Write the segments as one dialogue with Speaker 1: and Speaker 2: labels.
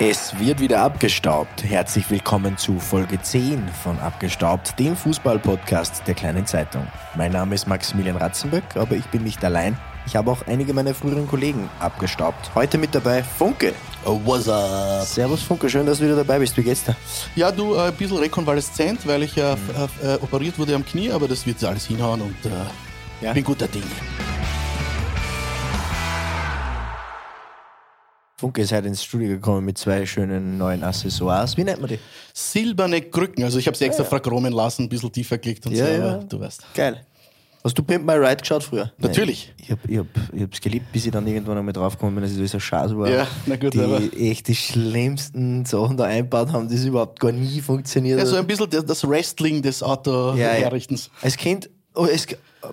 Speaker 1: Es wird wieder abgestaubt. Herzlich willkommen zu Folge 10 von Abgestaubt, dem Fußballpodcast der kleinen Zeitung. Mein Name ist Maximilian Ratzenböck, aber ich bin nicht allein. Ich habe auch einige meiner früheren Kollegen abgestaubt. Heute mit dabei Funke.
Speaker 2: What's up?
Speaker 1: Servus Funke, schön, dass du wieder dabei bist. Wie geht's dir?
Speaker 2: Ja, du, äh, ein bisschen rekonvaleszent, weil ich ja f- äh, operiert wurde am Knie, aber das wird alles hinhauen und äh,
Speaker 1: Ja.
Speaker 2: bin guter Ding.
Speaker 1: Funke ist heute ins Studio gekommen mit zwei schönen neuen Accessoires. Wie nennt man die?
Speaker 2: Silberne Krücken, also ich habe sie extra verchromen lassen, ein bisschen tiefer gelegt und
Speaker 1: Ja,
Speaker 2: so,
Speaker 1: ja.
Speaker 2: aber du weißt.
Speaker 1: Geil. Hast du Pimp My Ride geschaut früher?
Speaker 2: Natürlich.
Speaker 1: Nein, ich hab, ich, hab, ich hab's geliebt, bis ich dann irgendwann einmal draufgekommen bin, dass es so scheiße war.
Speaker 2: Ja, na gut,
Speaker 1: die
Speaker 2: aber-
Speaker 1: echt die schlimmsten Sachen da einbaut haben, das überhaupt gar nie funktioniert.
Speaker 2: Ja, so
Speaker 1: hat.
Speaker 2: ein bisschen das- das Wrestling des Auto-Herrichtens.
Speaker 1: Als Kind, oh, es,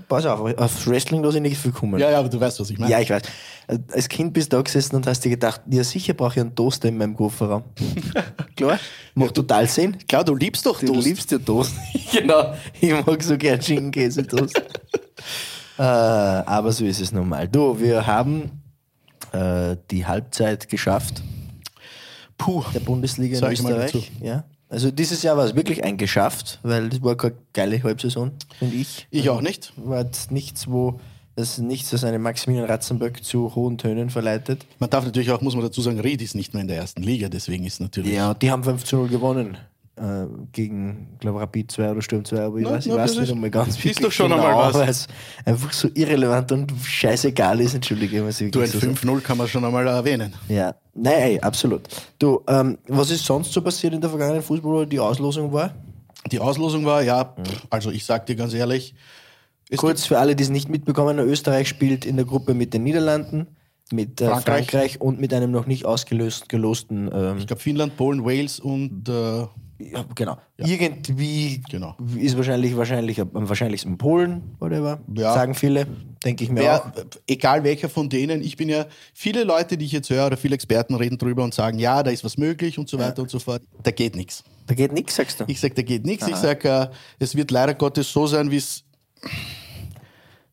Speaker 1: pass auf, auf Wrestling lasse ich nicht viel kommen.
Speaker 2: Ja. ja, aber du weißt, was ich meine.
Speaker 1: Ja, ich weiß. Als Kind bist du da gesessen und hast dir gedacht, ja sicher brauche ich einen Toaster in meinem Kofferraum. Klar, macht total Sinn.
Speaker 2: Klar, du liebst doch
Speaker 1: Du
Speaker 2: Toast.
Speaker 1: liebst ja Toast. genau. Ich mag so gern Schinkenkäse-Toast. äh, aber so ist es nun mal. Du, wir haben äh, die Halbzeit geschafft
Speaker 2: Puh.
Speaker 1: der Bundesliga in
Speaker 2: Sag ich mal
Speaker 1: Österreich. Ja. Also dieses Jahr war es wirklich ein geschafft, weil es war keine geile Halbsaison, finde ich.
Speaker 2: Ich auch nicht.
Speaker 1: War jetzt nichts, wo das nichts, das einen Maximilian Ratzenböck zu hohen Tönen verleitet.
Speaker 2: Man darf natürlich auch, muss man dazu sagen, Ried ist nicht mehr in der ersten Liga, deswegen ist natürlich.
Speaker 1: Ja, die haben 5 zu 0 gewonnen. Äh, gegen, glaube Rapid 2 oder Sturm 2, aber ich
Speaker 2: Na,
Speaker 1: weiß, ich
Speaker 2: na,
Speaker 1: weiß
Speaker 2: das
Speaker 1: nicht
Speaker 2: ist-
Speaker 1: einmal ganz
Speaker 2: ist doch schon einmal was.
Speaker 1: weil es einfach so irrelevant und scheißegal ist. Entschuldige, was ich
Speaker 2: Du, ein
Speaker 1: wirklich so
Speaker 2: 5-0 kann man schon einmal erwähnen.
Speaker 1: sag. Ja, nein, ey, absolut. Du, ähm, was ist sonst so passiert in der vergangenen Fußball, die Auslosung war?
Speaker 2: Die Auslosung war, ja,
Speaker 1: Mhm.
Speaker 2: pff, also ich sag dir ganz ehrlich, es
Speaker 1: Kurz für alle, die es nicht mitbekommen haben, Österreich spielt in der Gruppe mit den Niederlanden, mit äh, Frankreich.
Speaker 2: Frankreich.
Speaker 1: und mit einem noch nicht ausgelöst gelosten. Ähm,
Speaker 2: Ich glaube, Finnland, Polen, Wales und äh,
Speaker 1: ja, genau. Irgendwie
Speaker 2: Genau.
Speaker 1: ist wahrscheinlich, wahrscheinlich am wahrscheinlichsten Polen, whatever.
Speaker 2: Ja.
Speaker 1: Sagen viele, denke ich mir
Speaker 2: wer,
Speaker 1: auch.
Speaker 2: egal welcher von denen. Ich bin ja, viele Leute, die ich jetzt höre, oder viele Experten reden drüber und sagen, ja, da ist was möglich und so weiter und so fort. Da geht nichts.
Speaker 1: Da geht nichts, sagst du.
Speaker 2: Ich sage, da geht nichts. Ich sage, äh, es wird leider Gottes so sein, wie es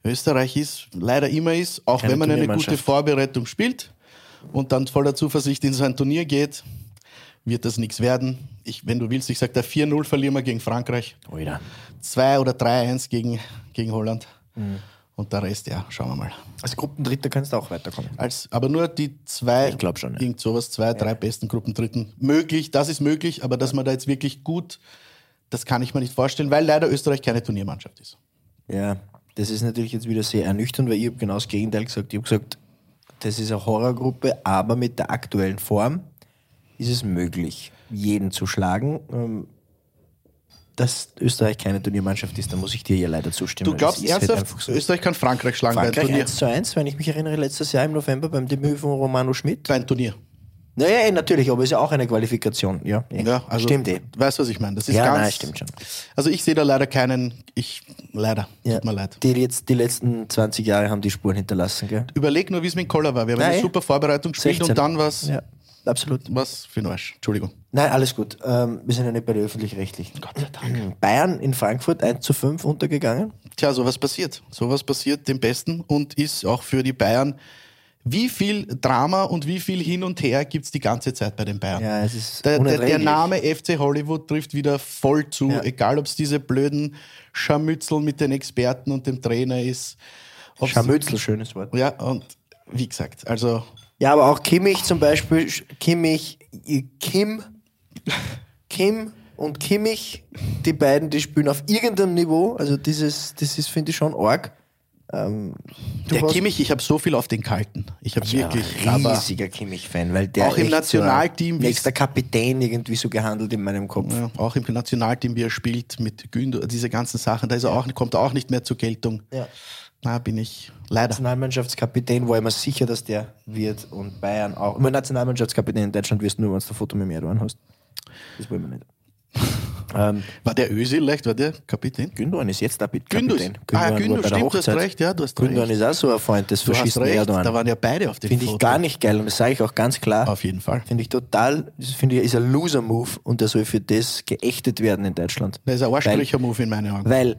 Speaker 2: Österreich ist, leider immer ist, auch
Speaker 1: Keine
Speaker 2: wenn man eine gute
Speaker 1: Turniermannschaft.
Speaker 2: Vorbereitung spielt und dann voller Zuversicht in so ein Turnier geht, wird das nichts werden. Ich, wenn du willst, ich sage, da 4-0 verlieren wir gegen Frankreich.
Speaker 1: Alter.
Speaker 2: 2 oder 3-1 gegen, gegen Holland.
Speaker 1: Mhm.
Speaker 2: Und der Rest, ja, schauen wir mal.
Speaker 1: Als Gruppendritter kannst du auch weiterkommen.
Speaker 2: Als, aber nur die zwei,
Speaker 1: Ich glaub schon, ja.
Speaker 2: irgend sowas, zwei, drei besten Gruppendritten. Möglich, das ist möglich, aber dass man da jetzt wirklich gut, das kann ich mir nicht vorstellen, weil leider Österreich keine Turniermannschaft ist.
Speaker 1: Ja, das ist natürlich jetzt wieder sehr ernüchternd, weil ich habe genau das Gegenteil gesagt. Ich habe gesagt, das ist eine Horrorgruppe, aber mit der aktuellen Form ist es möglich, jeden zu schlagen. Ähm, Dass Österreich keine Turniermannschaft ist, da muss ich dir ja leider zustimmen.
Speaker 2: Du glaubst
Speaker 1: Das ist halt
Speaker 2: ernsthaft,
Speaker 1: einfach so.
Speaker 2: Österreich kann Frankreich schlagen bei
Speaker 1: Frankreich
Speaker 2: einem
Speaker 1: 1
Speaker 2: Turnier?
Speaker 1: zu 1, wenn ich mich erinnere, letztes Jahr im November beim Debüt von Romano Schmidt.
Speaker 2: Bei einem Turnier.
Speaker 1: Naja, eh, natürlich, aber ist ja auch eine Qualifikation. Ja, eh.
Speaker 2: Ja, also,
Speaker 1: stimmt eh.
Speaker 2: Weißt du, was ich meine? Das ist
Speaker 1: Ja,
Speaker 2: ganz,
Speaker 1: nein, stimmt schon.
Speaker 2: Also ich sehe da leider keinen, ich, leider,
Speaker 1: Ja.
Speaker 2: tut mir leid.
Speaker 1: Die, jetzt, die letzten 20 Jahre haben die Spuren hinterlassen, gell?
Speaker 2: Überleg nur, wie es mit Koller war. Wir haben
Speaker 1: Nein.
Speaker 2: eine super Vorbereitung gespielt
Speaker 1: 16.
Speaker 2: und dann was,
Speaker 1: Ja, absolut.
Speaker 2: was für ein Arsch. Entschuldigung.
Speaker 1: Nein, alles gut. Ähm, wir sind ja nicht bei der Öffentlich-Rechtlichen. Gott sei Dank. Bayern in Frankfurt 1 zu 5 untergegangen.
Speaker 2: Tja, sowas passiert. Sowas passiert dem Besten und ist auch für die Bayern. Wie viel Drama und wie viel Hin und Her gibt es die ganze Zeit bei den Bayern?
Speaker 1: Ja, es ist
Speaker 2: Der, der, der
Speaker 1: unerträglich.
Speaker 2: Name FC Hollywood trifft wieder voll zu,
Speaker 1: Ja.
Speaker 2: egal ob es diese blöden Scharmützel mit den Experten und dem Trainer ist. Ob's-
Speaker 1: Scharmützel, schönes Wort.
Speaker 2: Ja, und wie gesagt, also
Speaker 1: Ja, aber auch Kimmich zum Beispiel. Sch- Kimmich, äh, Kim, Kim und Kimmich, die beiden, die spielen auf irgendeinem Niveau. Also dieses, das ist, finde ich, schon arg.
Speaker 2: der
Speaker 1: hast-
Speaker 2: Kimmich, ich habe so viel auf den Kalten. Ich habe wirklich,
Speaker 1: Ja,
Speaker 2: aber
Speaker 1: riesiger Kimmich-Fan, weil der
Speaker 2: Auch im
Speaker 1: echt
Speaker 2: Nationalteam
Speaker 1: so, ein-
Speaker 2: wie-
Speaker 1: nächster Kapitän irgendwie so gehandelt in meinem Kopf.
Speaker 2: ja, auch im Nationalteam, wie er spielt mit Gündo, diese ganzen Sachen, da ist er auch, kommt er auch nicht mehr zur Geltung.
Speaker 1: Ja.
Speaker 2: Na, bin ich leider.
Speaker 1: Nationalmannschaftskapitän war ich mir sicher, dass der wird und Bayern auch. Immer Nationalmannschaftskapitän in Deutschland wirst du nur, wenn du ein Foto mit dem Erdogan hast. Das wollen wir nicht. ähm,
Speaker 2: War der Özil leicht? War der Kapitän?
Speaker 1: Gündogan ist jetzt Kapit-
Speaker 2: Gündo ist-
Speaker 1: Kapitän.
Speaker 2: Ah,
Speaker 1: war
Speaker 2: Gündo,
Speaker 1: bei der
Speaker 2: stimmt, du hast
Speaker 1: Hochzeit.
Speaker 2: recht, ja, du hast
Speaker 1: Gündogan
Speaker 2: recht.
Speaker 1: ist auch so ein Freund des
Speaker 2: Du hast
Speaker 1: Faschisten
Speaker 2: recht, da
Speaker 1: Erdogan.
Speaker 2: waren ja beide auf dem
Speaker 1: Finde ich
Speaker 2: Foto.
Speaker 1: gar nicht geil und das sage ich auch ganz klar.
Speaker 2: Auf jeden Fall.
Speaker 1: Finde ich total, das finde ich ist ein Loser-Move und der soll für das geächtet werden in Deutschland.
Speaker 2: Das ist ein Arschlöcher-Move in meinen Augen.
Speaker 1: Weil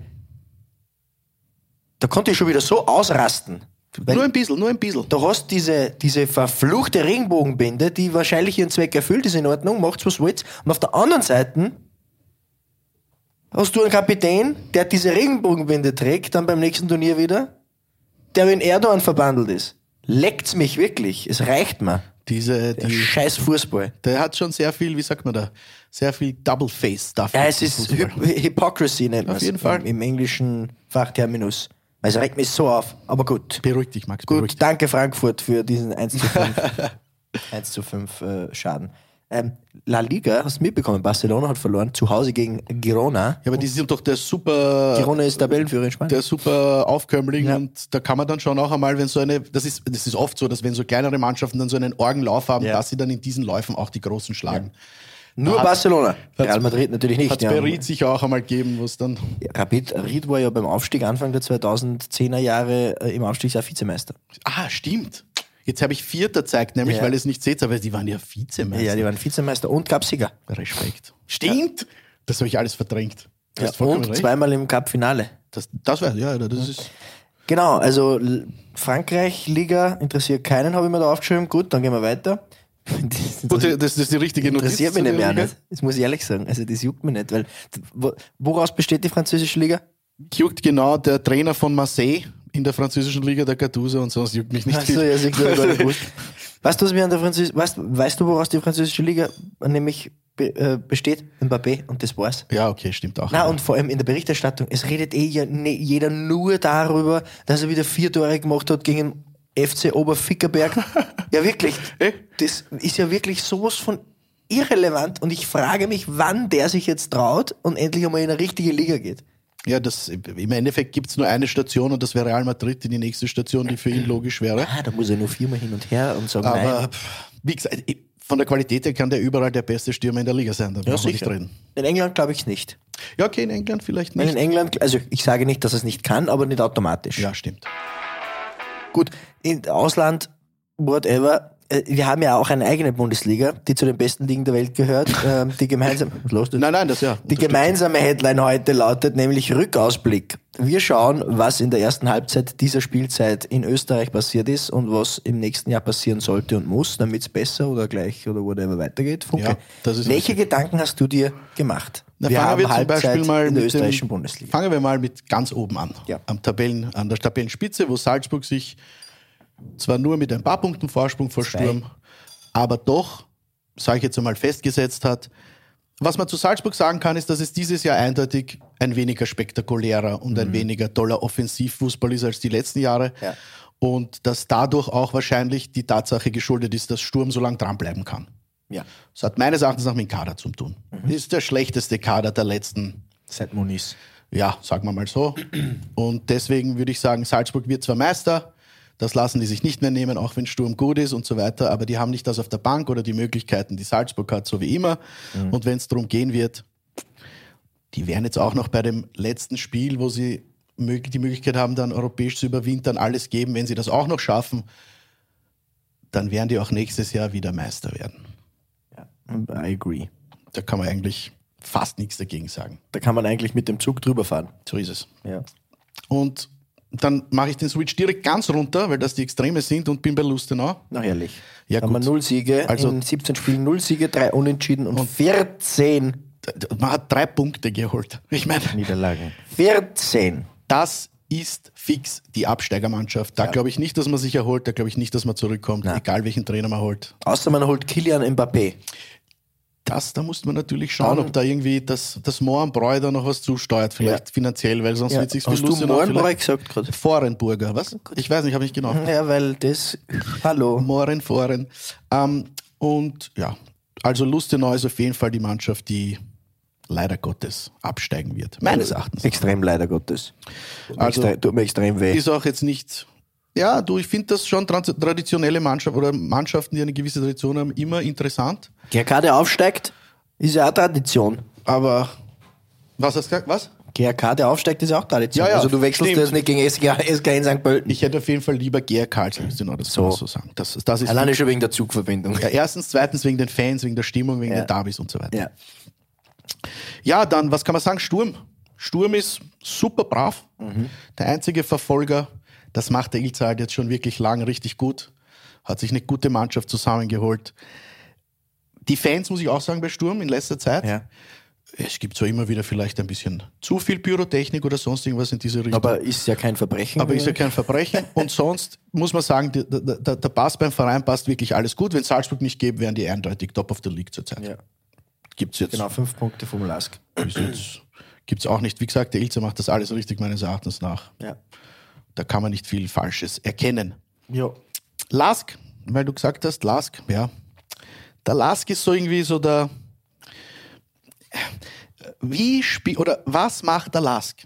Speaker 1: da konnte ich schon wieder so ausrasten,
Speaker 2: nur ein bisschen, nur ein bisschen.
Speaker 1: Du hast diese, diese verfluchte Regenbogenbinde, die wahrscheinlich ihren Zweck erfüllt, ist in Ordnung, macht's was wollt. Und auf der anderen Seite hast du einen Kapitän, der diese Regenbogenbinde trägt, dann beim nächsten Turnier wieder, der mit Erdogan verbandelt ist. Leckt's mich wirklich, es reicht mir.
Speaker 2: Diese, die,
Speaker 1: Scheiß Fußball.
Speaker 2: der hat schon sehr viel, wie sagt man da, sehr viel Double-Face-Stuff.
Speaker 1: Ja, es ist Hy Hypocrisy, nennt man
Speaker 2: Auf jeden Fall.
Speaker 1: Im, Im englischen Fachterminus. Es regt mich so auf, aber gut.
Speaker 2: Beruhig dich, Max,
Speaker 1: Gut,
Speaker 2: beruhig dich.
Speaker 1: danke Frankfurt für diesen 1 zu 5, 1 zu 5 äh, Schaden. Ähm, La Liga, hast du mitbekommen, Barcelona hat verloren, zu Hause gegen Girona.
Speaker 2: Ja, aber die sind doch der super...
Speaker 1: Girona ist Tabellenführer in Spanien.
Speaker 2: der super Aufkömmling
Speaker 1: Ja.
Speaker 2: und da kann man dann schon auch einmal, wenn so eine, das ist, das ist oft so, dass wenn so kleinere Mannschaften dann so einen Orgenlauf haben,
Speaker 1: Ja.
Speaker 2: dass sie dann in diesen Läufen auch die Großen schlagen.
Speaker 1: Nur
Speaker 2: hat-
Speaker 1: Barcelona.
Speaker 2: hat's-
Speaker 1: Real Madrid natürlich nicht.
Speaker 2: Hat
Speaker 1: ja.
Speaker 2: bei Ried sich auch einmal gegeben, wo es dann.
Speaker 1: Ja, Rapid, Ried war ja beim Aufstieg Anfang der 2010er Jahre äh, im Aufstiegsjahr Vizemeister.
Speaker 2: Ah, stimmt. Jetzt habe ich Vierter zeigt, nämlich
Speaker 1: Ja.
Speaker 2: weil ihr es nicht seht, aber die waren ja Vizemeister.
Speaker 1: Ja, die waren Vizemeister und Cupsieger.
Speaker 2: Respekt. Stimmt! Das habe ich alles verdrängt. Du
Speaker 1: Ja,
Speaker 2: hast vollkommen
Speaker 1: und
Speaker 2: recht.
Speaker 1: zweimal im Cup-Finale.
Speaker 2: Das, das weiß ich, ja, ja, das ist.
Speaker 1: Genau, also L- Frankreich, Liga interessiert keinen, habe ich mir da aufgeschrieben. Gut, dann gehen wir weiter. Das
Speaker 2: Gut, das, das ist die richtige Notiz.
Speaker 1: interessiert
Speaker 2: zu
Speaker 1: mich
Speaker 2: der
Speaker 1: nämlich auch
Speaker 2: Liga.
Speaker 1: nicht. Das muss ich ehrlich sagen. Also das juckt mich nicht, weil wo- woraus besteht die französische Liga?
Speaker 2: Juckt genau der Trainer von Marseille in der französischen Liga, der Gattuso, und sonst juckt mich nicht
Speaker 1: Achso, ja, siehst du, gar nicht gewusst. Weißt du, was mir an der Französ weißt, weißt du, woraus die französische Liga nämlich be äh, besteht? Mbappé und das war's.
Speaker 2: Ja, okay, stimmt auch.
Speaker 1: Na und vor allem in der Berichterstattung, es redet eh ja ne, jeder nur darüber, dass er wieder vier Tore gemacht hat gegen den FC Oberfickerberg. ja wirklich,
Speaker 2: Eh?
Speaker 1: das ist ja wirklich sowas von irrelevant und ich frage mich, wann der sich jetzt traut und endlich einmal in eine richtige Liga geht.
Speaker 2: Ja, das, im Endeffekt gibt es nur eine Station und das wäre Real Madrid, die die nächste Station, die für ihn logisch wäre.
Speaker 1: Ah, da muss er nur viermal hin und her und sagen, nein.
Speaker 2: Aber pff, wie gesagt, ich- von der Qualität her kann der überall der beste Stürmer in der Liga sein. Da ja, brauchen wir nicht reden.
Speaker 1: In England glaube ich es nicht.
Speaker 2: Ja, okay, in England vielleicht
Speaker 1: Weil
Speaker 2: nicht.
Speaker 1: in England, also ich sage nicht, dass er es nicht kann, aber nicht automatisch.
Speaker 2: Ja, stimmt.
Speaker 1: Gut, in Ausland, whatever. Äh, Wir haben ja auch eine eigene Bundesliga, die zu den besten Ligen der Welt gehört. ähm, Die gemeinsame, Was los denn?
Speaker 2: Nein, nein, das ja.
Speaker 1: die gemeinsame Headline heute lautet nämlich Rückausblick. Wir schauen, was in der ersten Halbzeit dieser Spielzeit in Österreich passiert ist und was im nächsten Jahr passieren sollte und muss, damit es besser oder gleich oder whatever weitergeht. Funke,
Speaker 2: Ja, das ist
Speaker 1: welche Gedanken hast du dir gemacht?
Speaker 2: Na, fangen wir zum Beispiel mal
Speaker 1: in der
Speaker 2: mit dem-
Speaker 1: österreichischen Bundesliga.
Speaker 2: Fangen wir mal mit ganz oben an.
Speaker 1: Ja.
Speaker 2: Am Tabellen, an der Tabellenspitze, wo Salzburg sich zwar nur mit ein paar Punkten Vorsprung vor
Speaker 1: Zwei.
Speaker 2: Sturm, aber doch, sage ich jetzt einmal, festgesetzt hat. Was man zu Salzburg sagen kann, ist, dass es dieses Jahr eindeutig ein weniger spektakulärer und ein weniger toller Offensivfußball ist als die letzten Jahre.
Speaker 1: Mhm. Ja.
Speaker 2: Und dass dadurch auch wahrscheinlich die Tatsache geschuldet ist, dass Sturm so lange dranbleiben kann.
Speaker 1: Ja,
Speaker 2: Das hat meines Erachtens nach mit dem Kader zu tun. Ist der schlechteste Kader der letzten
Speaker 1: seit Moniz.
Speaker 2: ja, sagen wir mal so. Und deswegen würde ich sagen, Salzburg wird zwar Meister, das lassen die sich nicht mehr nehmen, auch wenn Sturm gut ist und so weiter, aber die haben nicht das auf der Bank oder die Möglichkeiten, die Salzburg hat, so wie immer. Und wenn es darum gehen wird, die werden jetzt auch noch bei dem letzten Spiel, wo sie mög- die Möglichkeit haben, dann europäisch zu überwintern, alles geben. Wenn sie das auch noch schaffen, dann werden die auch nächstes Jahr wieder Meister werden.
Speaker 1: I agree.
Speaker 2: Da kann man eigentlich fast nichts dagegen sagen.
Speaker 1: Da kann man eigentlich mit dem Zug drüber fahren.
Speaker 2: So ist es.
Speaker 1: Ja.
Speaker 2: Und dann mache ich den Switch direkt ganz runter, weil das die Extreme sind und bin bei Lustenau.
Speaker 1: Na herrlich.
Speaker 2: Ja,
Speaker 1: Da haben wir
Speaker 2: gut.
Speaker 1: null Siege, also
Speaker 2: Also-
Speaker 1: in 17 Spielen null Siege, drei Unentschieden und, 14
Speaker 2: D- d- Man hat drei Punkte geholt. Ich meine,
Speaker 1: Niederlagen. 14.
Speaker 2: das ist fix die Absteigermannschaft. Da glaube ich nicht, dass man sich erholt, da glaube ich nicht, dass man zurückkommt, egal welchen Trainer man holt.
Speaker 1: Außer man holt Kilian Mbappé.
Speaker 2: Das, da muss man natürlich schauen, ob da irgendwie das, das Mohrenbräu da noch was zusteuert, vielleicht finanziell, weil sonst
Speaker 1: Ja.
Speaker 2: wird sich's
Speaker 1: Hast du Oh Mohrenbräu gesagt gerade?
Speaker 2: Vorenburger, was? Ich weiß nicht, habe ich genau.
Speaker 1: Ja, weil das. Hallo.
Speaker 2: Mohren, Foren. Ähm, und ja, also Lustenau ist auf jeden Fall die Mannschaft, die leider Gottes absteigen wird. Meines Erachtens.
Speaker 1: Extrem leider Gottes. Tut mir
Speaker 2: Also-
Speaker 1: extrem, tut mir extrem weh.
Speaker 2: Ist auch jetzt nicht. Ja, du, ich finde das schon trans- traditionelle Mannschaft oder Mannschaften, die eine gewisse Tradition haben, immer interessant.
Speaker 1: GRK, der aufsteigt, ist ja auch Tradition.
Speaker 2: Aber was hast du gesagt? Was?
Speaker 1: GRK, der aufsteigt, ist ja auch Tradition.
Speaker 2: Ja, ja,
Speaker 1: also du wechselst
Speaker 2: stimmt.
Speaker 1: jetzt nicht gegen SK, SK in St. Pölten.
Speaker 2: Ich hätte auf jeden Fall lieber GRK als Lustenau, das kann man so sagen. Das, das ist
Speaker 1: Alleine schon wegen der Zugverbindung.
Speaker 2: ja, erstens, zweitens wegen den Fans, wegen der Stimmung, wegen
Speaker 1: Ja.
Speaker 2: den Derbys und so weiter.
Speaker 1: Ja.
Speaker 2: Ja, dann,
Speaker 1: Mhm.
Speaker 2: was kann man sagen? Sturm. Sturm ist super brav. Der einzige Verfolger, Das macht der Ilzer halt jetzt schon wirklich lang richtig gut. Hat sich eine gute Mannschaft zusammengeholt. Die Fans, muss ich auch sagen, bei Sturm in letzter Zeit.
Speaker 1: Ja.
Speaker 2: Es gibt zwar immer wieder vielleicht ein bisschen zu viel Pyrotechnik oder sonst irgendwas in diese Richtung.
Speaker 1: Aber ist ja kein Verbrechen.
Speaker 2: Aber ist ja kein Verbrechen. Und sonst muss man sagen, der, der, der- der Pass beim Verein passt wirklich alles gut. Wenn Salzburg nicht gäbe, wären die eindeutig top of the league zurzeit.
Speaker 1: Ja,
Speaker 2: Gibt's jetzt.
Speaker 1: genau, fünf Punkte vom Lask.
Speaker 2: Bis jetzt gibt's auch nicht. Wie gesagt, der Ilze macht das alles richtig meines Erachtens nach.
Speaker 1: Ja.
Speaker 2: Da kann man nicht viel Falsches erkennen.
Speaker 1: Ja.
Speaker 2: Lask, weil du gesagt hast, Lask, ja. Der Lask ist so irgendwie so der. Wie spielt oder was macht der Lask,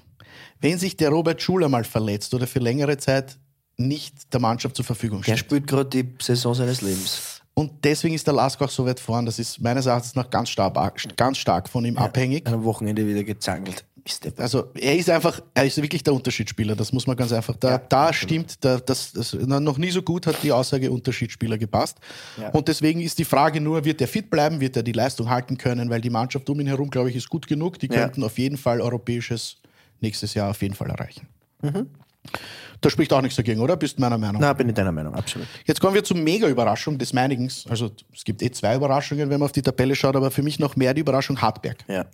Speaker 2: wenn sich der Robert Schuler mal verletzt oder für längere Zeit nicht der Mannschaft zur Verfügung
Speaker 1: Der
Speaker 2: steht?
Speaker 1: spielt gerade die Saison seines Lebens.
Speaker 2: Und deswegen ist der Lask auch so weit vorn. Das ist meines Erachtens nach ganz stark, ganz stark von ihm abhängig.
Speaker 1: An einem Wochenende wieder gezangelt. Ist der
Speaker 2: Also er ist einfach, er ist wirklich der Unterschiedsspieler, das muss man ganz einfach. Da, da stimmt, da, das, das, na, noch nie so gut hat die Aussage Unterschiedsspieler gepasst.
Speaker 1: Ja.
Speaker 2: Und deswegen ist die Frage nur, wird er fit bleiben, wird er die Leistung halten können, weil die Mannschaft um ihn herum, glaube ich, ist gut genug. Die
Speaker 1: Ja.
Speaker 2: könnten auf jeden Fall europäisches nächstes Jahr auf jeden Fall erreichen. Da spricht auch nichts dagegen, oder? Bist meiner Meinung?
Speaker 1: Mhm. Na, bin ich deiner Meinung, absolut.
Speaker 2: Jetzt kommen wir zur Mega-Überraschung des Meinigens. Also es gibt eh zwei Überraschungen, wenn man auf die Tabelle schaut, aber für mich noch mehr die Überraschung Hartberg.
Speaker 1: Ja.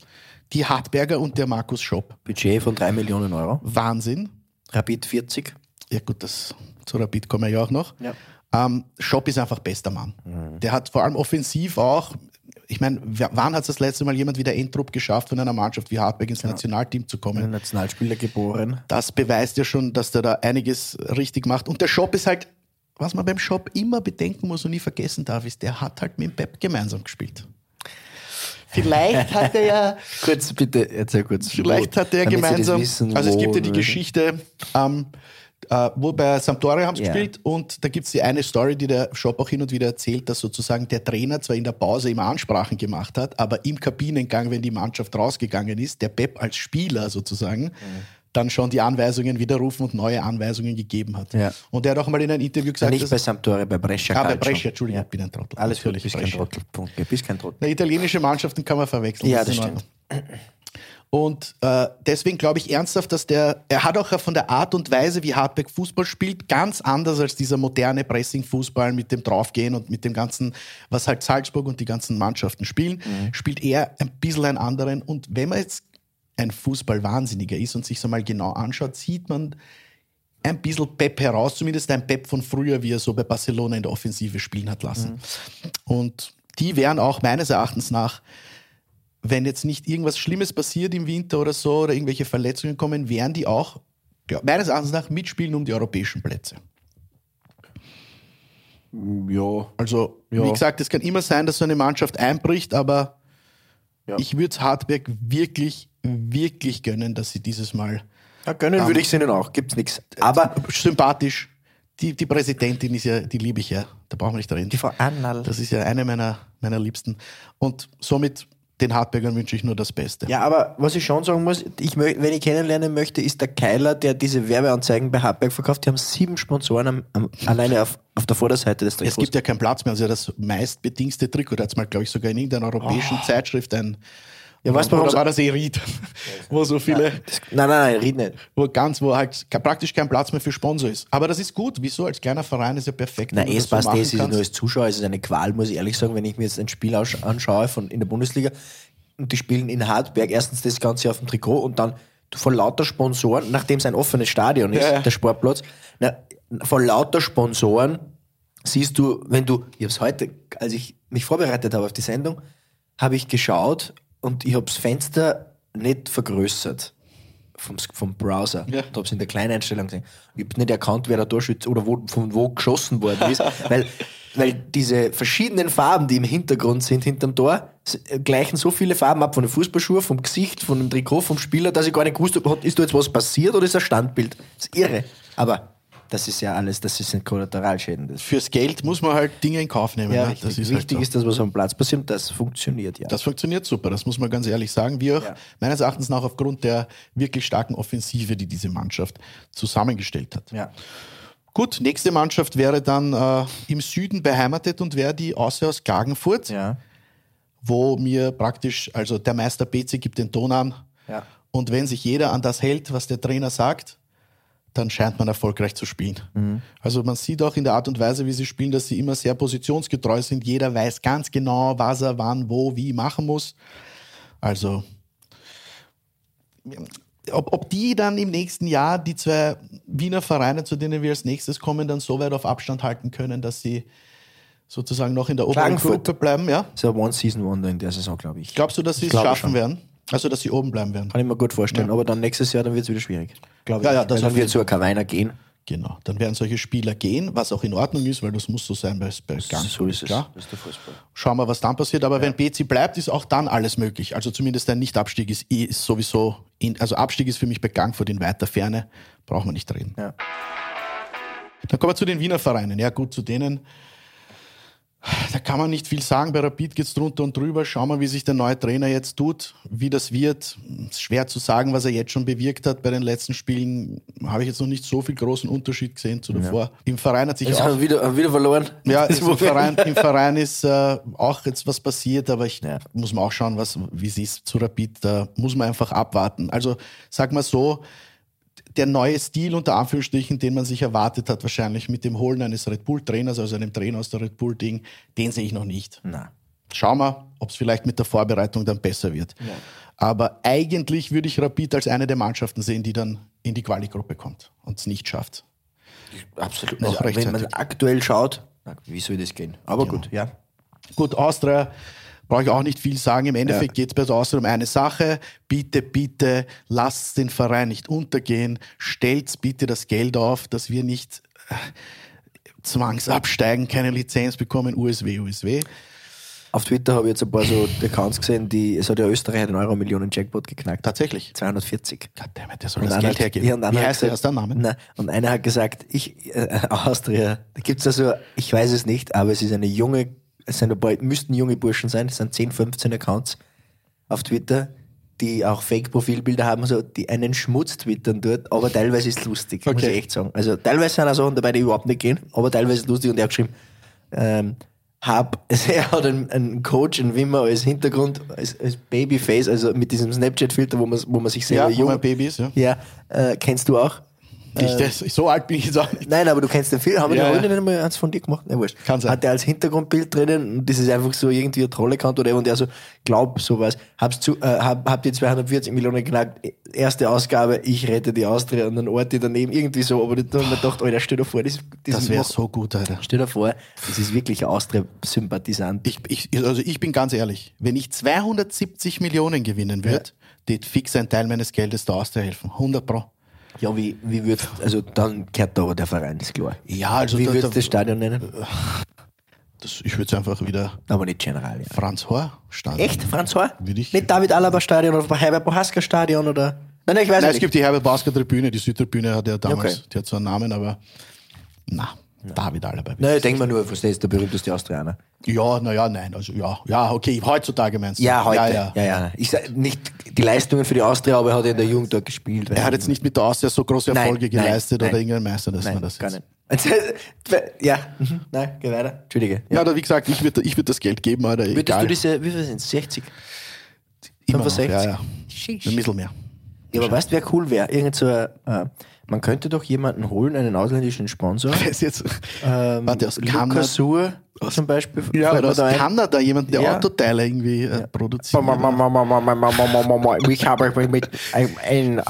Speaker 2: Die Hartberger und der Markus Schopp.
Speaker 1: Budget von 3 Millionen Euro.
Speaker 2: Wahnsinn.
Speaker 1: Rapid 40.
Speaker 2: Ja, gut, das, zu Rapid kommen wir ja auch noch.
Speaker 1: Ja.
Speaker 2: Ähm, Schopp ist einfach bester Mann. Der hat vor allem offensiv auch, ich meine, w- wann hat es das letzte Mal jemand wie der Endrup geschafft, von einer Mannschaft wie Hartberg ins Nationalteam zu kommen?
Speaker 1: Ein Nationalspieler geboren.
Speaker 2: Das beweist ja schon, dass der da einiges richtig macht. Und der Schopp ist halt, was man beim Schopp immer bedenken muss und nie vergessen darf, ist, der hat halt mit dem Pep gemeinsam gespielt. Vielleicht hat er ja
Speaker 1: Kurz, bitte, erzähl kurz.
Speaker 2: Vielleicht hat er
Speaker 1: Damit Sie das
Speaker 2: gemeinsam.
Speaker 1: wissen,
Speaker 2: also es
Speaker 1: wo-
Speaker 2: gibt ja die Geschichte, ähm, äh, wo bei Sampdoria haben sie
Speaker 1: Ja.
Speaker 2: gespielt und da gibt es die eine Story, die der Shop auch hin und wieder erzählt, dass sozusagen der Trainer zwar in der Pause immer Ansprachen gemacht hat, aber im Kabinengang, wenn die Mannschaft rausgegangen ist, der Pep als Spieler sozusagen dann schon die Anweisungen widerrufen und neue Anweisungen gegeben hat.
Speaker 1: Ja.
Speaker 2: Und der hat auch mal in einem Interview gesagt,
Speaker 1: Nicht
Speaker 2: dass-
Speaker 1: bei Sampdoria, bei Brescia.
Speaker 2: ah, bei
Speaker 1: Calcio.
Speaker 2: Brescia, Entschuldigung,
Speaker 1: Ja.
Speaker 2: ich bin ein Trottel.
Speaker 1: Alles gut,
Speaker 2: Natürlich
Speaker 1: bist kein
Speaker 2: Brescia.
Speaker 1: Trottel. Punkt. Du bist kein Trottel.
Speaker 2: Na, italienische Mannschaften kann man verwechseln.
Speaker 1: Ja,
Speaker 2: ist
Speaker 1: das
Speaker 2: in Ordnung. Und äh, deswegen glaube ich ernsthaft, dass der, er hat auch von der Art und Weise, wie Hartberg Fußball spielt, ganz anders als dieser moderne Pressing-Fußball mit dem Draufgehen und mit dem ganzen, was halt Salzburg und die ganzen Mannschaften spielen,
Speaker 1: Mhm.
Speaker 2: spielt er ein bisschen einen anderen. Und wenn man jetzt ein Fußballwahnsinniger ist und sich so mal genau anschaut, sieht man ein bisschen Pep heraus, zumindest ein Pep von früher, wie er so bei Barcelona in der Offensive spielen hat lassen.
Speaker 1: Mhm.
Speaker 2: Und die wären auch meines Erachtens nach, wenn jetzt nicht irgendwas Schlimmes passiert im Winter oder so oder irgendwelche Verletzungen kommen, wären die auch ja, meines Erachtens nach mitspielen um die europäischen Plätze.
Speaker 1: Mm, Ja.
Speaker 2: Also,
Speaker 1: Ja.
Speaker 2: wie gesagt, es kann immer sein, dass so eine Mannschaft einbricht, aber
Speaker 1: Ja.
Speaker 2: ich würde Hartberg wirklich, wirklich gönnen, dass sie dieses Mal
Speaker 1: Na, gönnen würde ich es ihnen auch. Gibt's nichts. Aber
Speaker 2: sympathisch. Die, die Präsidentin ist ja, die liebe ich ja, da brauchen wir nicht reden.
Speaker 1: die Frau Annal.
Speaker 2: Das ist ja eine meiner, meiner Liebsten. Und somit den Hartbergern wünsche ich nur das Beste.
Speaker 1: Ja, aber was ich schon sagen muss, ich mö wenn ich kennenlernen möchte, ist der Keiler, der diese Werbeanzeigen bei Hartberg verkauft. Die haben sieben Sponsoren am, am, alleine auf, auf der Vorderseite des
Speaker 2: Es
Speaker 1: Trikots.
Speaker 2: gibt ja keinen Platz mehr. Also das meistbedingste Trikot. Da hat es mal, glaube ich, sogar in irgendeiner europäischen Zeitschrift ein.
Speaker 1: Ah. Ja, weißt du, warum
Speaker 2: oder
Speaker 1: sie-
Speaker 2: war das Erid? wo so viele,
Speaker 1: nein, nein, nein, red nicht.
Speaker 2: wo ganz, wo halt ke- praktisch kein Platz mehr für Sponsor ist. Aber das ist gut. Wieso? Als kleiner Verein ist ja perfekt.
Speaker 1: Nein,
Speaker 2: wenn du
Speaker 1: es
Speaker 2: das so
Speaker 1: passt
Speaker 2: machen
Speaker 1: eh, es ist
Speaker 2: kannst.
Speaker 1: nur als Zuschauer, es ist eine Qual, muss ich ehrlich sagen, wenn ich mir jetzt ein Spiel aussch- anschaue von, in der Bundesliga und die spielen in Hartberg erstens das Ganze auf dem Trikot und dann von lauter Sponsoren, nachdem es ein offenes Stadion ist,
Speaker 2: Ja, ja.
Speaker 1: der Sportplatz, na, von lauter Sponsoren siehst du, wenn du, ich habe es heute, als ich mich vorbereitet habe auf die Sendung, habe ich geschaut und ich habe das Fenster nicht vergrößert vom, S- vom Browser.
Speaker 2: Ja.
Speaker 1: Ich habe es in der Kleineinstellung gesehen. Ich habe nicht erkannt, wer da Torschütze oder wo, von wo geschossen worden ist, weil, weil diese verschiedenen Farben, die im Hintergrund sind, hinterm Tor, s- äh, gleichen so viele Farben ab von den Fußballschuhen, vom Gesicht, von dem Trikot, vom Spieler, dass ich gar nicht gewusst habe, hat- ist da jetzt was passiert oder ist das ein Standbild? Das ist irre. Aber das ist ja alles, das sind Kollateralschäden. Das,
Speaker 2: Fürs Geld muss man halt Dinge in Kauf nehmen.
Speaker 1: ja,
Speaker 2: ne?
Speaker 1: richtig.
Speaker 2: Das ist halt
Speaker 1: Wichtig
Speaker 2: so.
Speaker 1: ist das, was am Platz passiert und das funktioniert ja.
Speaker 2: Das funktioniert super, das muss man ganz ehrlich sagen. Wie auch
Speaker 1: Ja.
Speaker 2: meines Erachtens nach aufgrund der wirklich starken Offensive, die diese Mannschaft zusammengestellt hat.
Speaker 1: ja.
Speaker 2: Gut, nächste Mannschaft wäre dann äh, im Süden beheimatet und wäre die Außer aus Klagenfurt,
Speaker 1: Ja.
Speaker 2: wo mir praktisch, also der Meister BC gibt den Ton an.
Speaker 1: Ja.
Speaker 2: Und wenn sich jeder an das hält, was der Trainer sagt, dann scheint man erfolgreich zu spielen.
Speaker 1: Mhm.
Speaker 2: Also man sieht auch in der Art und Weise, wie sie spielen, dass sie immer sehr positionsgetreu sind. Jeder weiß ganz genau, was er wann, wo, wie machen muss. Also ob, ob die dann im nächsten Jahr die zwei Wiener Vereine, zu denen wir als nächstes kommen, dann so weit auf Abstand halten können, dass sie sozusagen noch in der oberen
Speaker 1: Klagenfurt.
Speaker 2: Gruppe bleiben, ja?
Speaker 1: So ein One-Season-Wonder in der Saison, glaube ich.
Speaker 2: Glaubst du, dass sie es
Speaker 1: glaube
Speaker 2: schaffen
Speaker 1: schon.
Speaker 2: werden? Also, dass sie oben bleiben werden?
Speaker 1: Kann ich mir gut vorstellen. Aber dann nächstes Jahr, dann wird es wieder schwierig. Glaube
Speaker 2: Ja,
Speaker 1: ich.
Speaker 2: ja, das
Speaker 1: Weil dann
Speaker 2: auf
Speaker 1: wird zu Akaweiner gehen.
Speaker 2: Genau. Dann werden solche Spieler gehen, was auch in Ordnung ist, weil das muss so sein bei, bei Gang.
Speaker 1: so ist es.
Speaker 2: Klar.
Speaker 1: Das ist der Fußball.
Speaker 2: Schauen wir, was dann passiert. Aber wenn BC bleibt, ist auch dann alles möglich. Also zumindest ein Nicht-Abstieg ist, eh- ist sowieso, in, also Abstieg ist für mich bei Gangfurt in weiter Ferne. Brauchen wir nicht reden.
Speaker 1: Ja.
Speaker 2: Dann kommen wir zu den Wiener Vereinen. Ja, gut, zu denen. Da kann man nicht viel sagen. Bei Rapid geht's drunter und drüber. Schauen wir, wie sich der neue Trainer jetzt tut, wie das wird. Ist schwer zu sagen, was er jetzt schon bewirkt hat. Bei den letzten Spielen habe ich jetzt noch nicht so viel großen Unterschied gesehen zu davor. Im Verein hat sich
Speaker 1: Jetzt
Speaker 2: auch.
Speaker 1: haben wir wieder, haben wieder verloren.
Speaker 2: Ja,
Speaker 1: Das
Speaker 2: ist im,
Speaker 1: Wochenende.
Speaker 2: Verein, im Verein ist äh, auch jetzt was passiert, aber ich
Speaker 1: Ja.
Speaker 2: muss man auch schauen, was, wie es ist zu Rapid. Da muss man einfach abwarten. Also sag mal so, der neue Stil unter Anführungsstrichen, den man sich erwartet hat, wahrscheinlich mit dem Holen eines Red Bull-Trainers, also einem Trainer aus der Red Bull-Ding, den sehe ich noch nicht.
Speaker 1: Nein.
Speaker 2: Schauen wir, ob es vielleicht mit der Vorbereitung dann besser wird. Aber eigentlich würde ich Rapid als eine der Mannschaften sehen, die dann in die Quali-Gruppe kommt und es nicht schafft.
Speaker 1: Absolut.
Speaker 2: Noch
Speaker 1: Also, wenn man
Speaker 2: rechtzeitig.
Speaker 1: aktuell schaut, Genau. na, wie soll das gehen? Aber gut, ja.
Speaker 2: Gut, Austria brauche ich auch nicht viel sagen. Im Endeffekt geht es bei der Austria um eine Sache. Bitte, bitte, lasst den Verein nicht untergehen. Stellt bitte das Geld auf, dass wir nicht äh, zwangsabsteigen, keine Lizenz bekommen, USW, USW.
Speaker 1: Auf Twitter habe ich jetzt ein paar so Accounts gesehen, die, es hat ja Österreich den Euro-Millionen-Jackpot geknackt.
Speaker 2: Tatsächlich.
Speaker 1: 240.
Speaker 2: Goddammit, der soll
Speaker 1: Und
Speaker 2: das
Speaker 1: einer
Speaker 2: Geld
Speaker 1: hat-
Speaker 2: hergeben.
Speaker 1: ja, und einer
Speaker 2: Wie
Speaker 1: hat
Speaker 2: heißt der? Hast
Speaker 1: gesagt-
Speaker 2: du einen Namen?
Speaker 1: Nein, und einer hat gesagt, ich, äh, Austria, da gibt es also, ich weiß es nicht, aber es ist eine junge, es sind ein paar, müssten junge Burschen sein, es sind 10, 15 Accounts auf Twitter, die auch Fake-Profilbilder haben, also die einen Schmutz twittern dort, aber teilweise ist es lustig, muss
Speaker 2: Okay.
Speaker 1: ich echt sagen. Also teilweise sind auch Sachen dabei, die überhaupt nicht gehen, aber teilweise ist es lustig und er hat geschrieben, ähm, hab, also er hat einen, einen Coach, einen Wimmer als Hintergrund, als, als Babyface, also mit diesem Snapchat-Filter, wo man, wo man sich
Speaker 2: Ja,
Speaker 1: selber
Speaker 2: wo
Speaker 1: jung,
Speaker 2: man Äh, Baby ist, ja.
Speaker 1: ja, äh, kennst du auch?
Speaker 2: Ich, das, so alt bin ich jetzt auch nicht.
Speaker 1: Nein, aber du kennst den Film. Haben wir
Speaker 2: Ja,
Speaker 1: ja,
Speaker 2: ja.
Speaker 1: heute nicht mal eins von dir gemacht? Nein, wurscht.
Speaker 2: Kann sein.
Speaker 1: Hat er als Hintergrundbild drinnen und das ist einfach so irgendwie ein Troll-Account oder eben, und der so, glaub sowas. Hab's zu, äh, hab, habt ihr 240 Millionen geknackt? Erste Ausgabe, ich rette die Austria und dann Orte daneben, irgendwie so. Aber da haben wir gedacht, Alter, stell dir vor, das,
Speaker 2: Das wäre so gut, Alter.
Speaker 1: Stell dir vor, das ist wirklich ein Austria-Sympathisant.
Speaker 2: Ich, ich, also ich bin ganz ehrlich, wenn ich 270 Millionen gewinnen würde, tät fix ein Teil meines Geldes der Austria helfen. 100 Pro.
Speaker 1: Ja, wie, wie würdest, also dann gehört da aber der Verein, ist klar.
Speaker 2: Ja, also
Speaker 1: Wie
Speaker 2: da-
Speaker 1: würdest du
Speaker 2: da-
Speaker 1: das Stadion nennen?
Speaker 2: Das, ich würde es einfach wieder
Speaker 1: Aber nicht General, ja.
Speaker 2: Franz Hohr starten.
Speaker 1: Echt, Franz Hohr?
Speaker 2: Würde ich-
Speaker 1: Nicht David Alaba Stadion oder Herbert Bohaska Stadion oder? Nein, nein, ich weiß es
Speaker 2: Nein, es
Speaker 1: nicht.
Speaker 2: gibt die Herbert Basker Tribüne, die Südtribüne hat ja damals,
Speaker 1: Okay.
Speaker 2: die hat zwar einen Namen, aber na, David Alaba.
Speaker 1: Nein, denk mal nur, was der ist der berühmteste Australier.
Speaker 2: Ja, naja, nein, also ja, ja, okay, heutzutage meinst du.
Speaker 1: Ja, heute.
Speaker 2: Ja, ja.
Speaker 1: Ich sag nicht die Leistungen für die Austria, aber er hat ja in der Jugend dort gespielt.
Speaker 2: Er hat jetzt nicht mit der Austria so große
Speaker 1: Nein,
Speaker 2: Erfolge
Speaker 1: nein,
Speaker 2: geleistet
Speaker 1: nein.
Speaker 2: oder irgendein Meister, dass
Speaker 1: Nein,
Speaker 2: man das
Speaker 1: gar
Speaker 2: jetzt.
Speaker 1: nicht. ja, mhm. nein, geh weiter. Entschuldige. Ja.
Speaker 2: Ja, aber wie gesagt, ich würde ich würd das Geld geben, Alter.
Speaker 1: Würdest
Speaker 2: egal.
Speaker 1: du diese, wie viel sind 60?
Speaker 2: Immer noch,
Speaker 1: 65?
Speaker 2: ja, ja.
Speaker 1: Sheesh.
Speaker 2: Ein bisschen mehr.
Speaker 1: Ja, aber weißt du, wer cool wäre? Irgend so ein, äh, man könnte doch jemanden holen, einen ausländischen Sponsor.
Speaker 2: Das ist jetzt,
Speaker 1: Ähm,
Speaker 2: warte, aus Kanada,
Speaker 1: Lukas Sur zum Beispiel.
Speaker 2: ja,
Speaker 1: fällt
Speaker 2: oder
Speaker 1: mir
Speaker 2: aus
Speaker 1: da ein.
Speaker 2: Kanada jemand, der
Speaker 1: Ja.
Speaker 2: Autoteile irgendwie äh, produziert.
Speaker 1: Ich habe mit ein, ein, äh,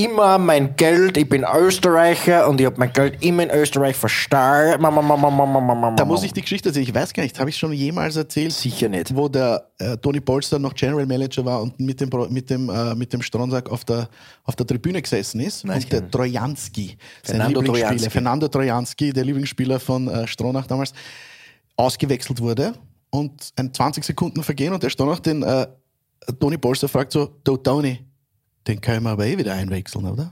Speaker 1: immer mein Geld, ich bin Österreicher und ich habe mein Geld immer in Österreich versteuert.
Speaker 2: Da muss ich die Geschichte erzählen. Ich weiß gar nicht, habe ich schon jemals erzählt?
Speaker 1: Sicher nicht.
Speaker 2: Wo der äh, Tony Polster noch General Manager war und mit dem, Pro- mit dem, äh, mit dem Stronsack auf der, auf der Tribüne gesessen ist. und der Trojanski, sein
Speaker 1: Fernando
Speaker 2: Lieblingsspieler,
Speaker 1: Trojanski.
Speaker 2: Fernando Trojanski, der Lieblingsspieler von äh, Stronach damals, ausgewechselt wurde und ein 20 Sekunden vergehen und der Stronach den äh, Tony Polster fragt so, du Tony, den können wir aber eh wieder einwechseln, oder?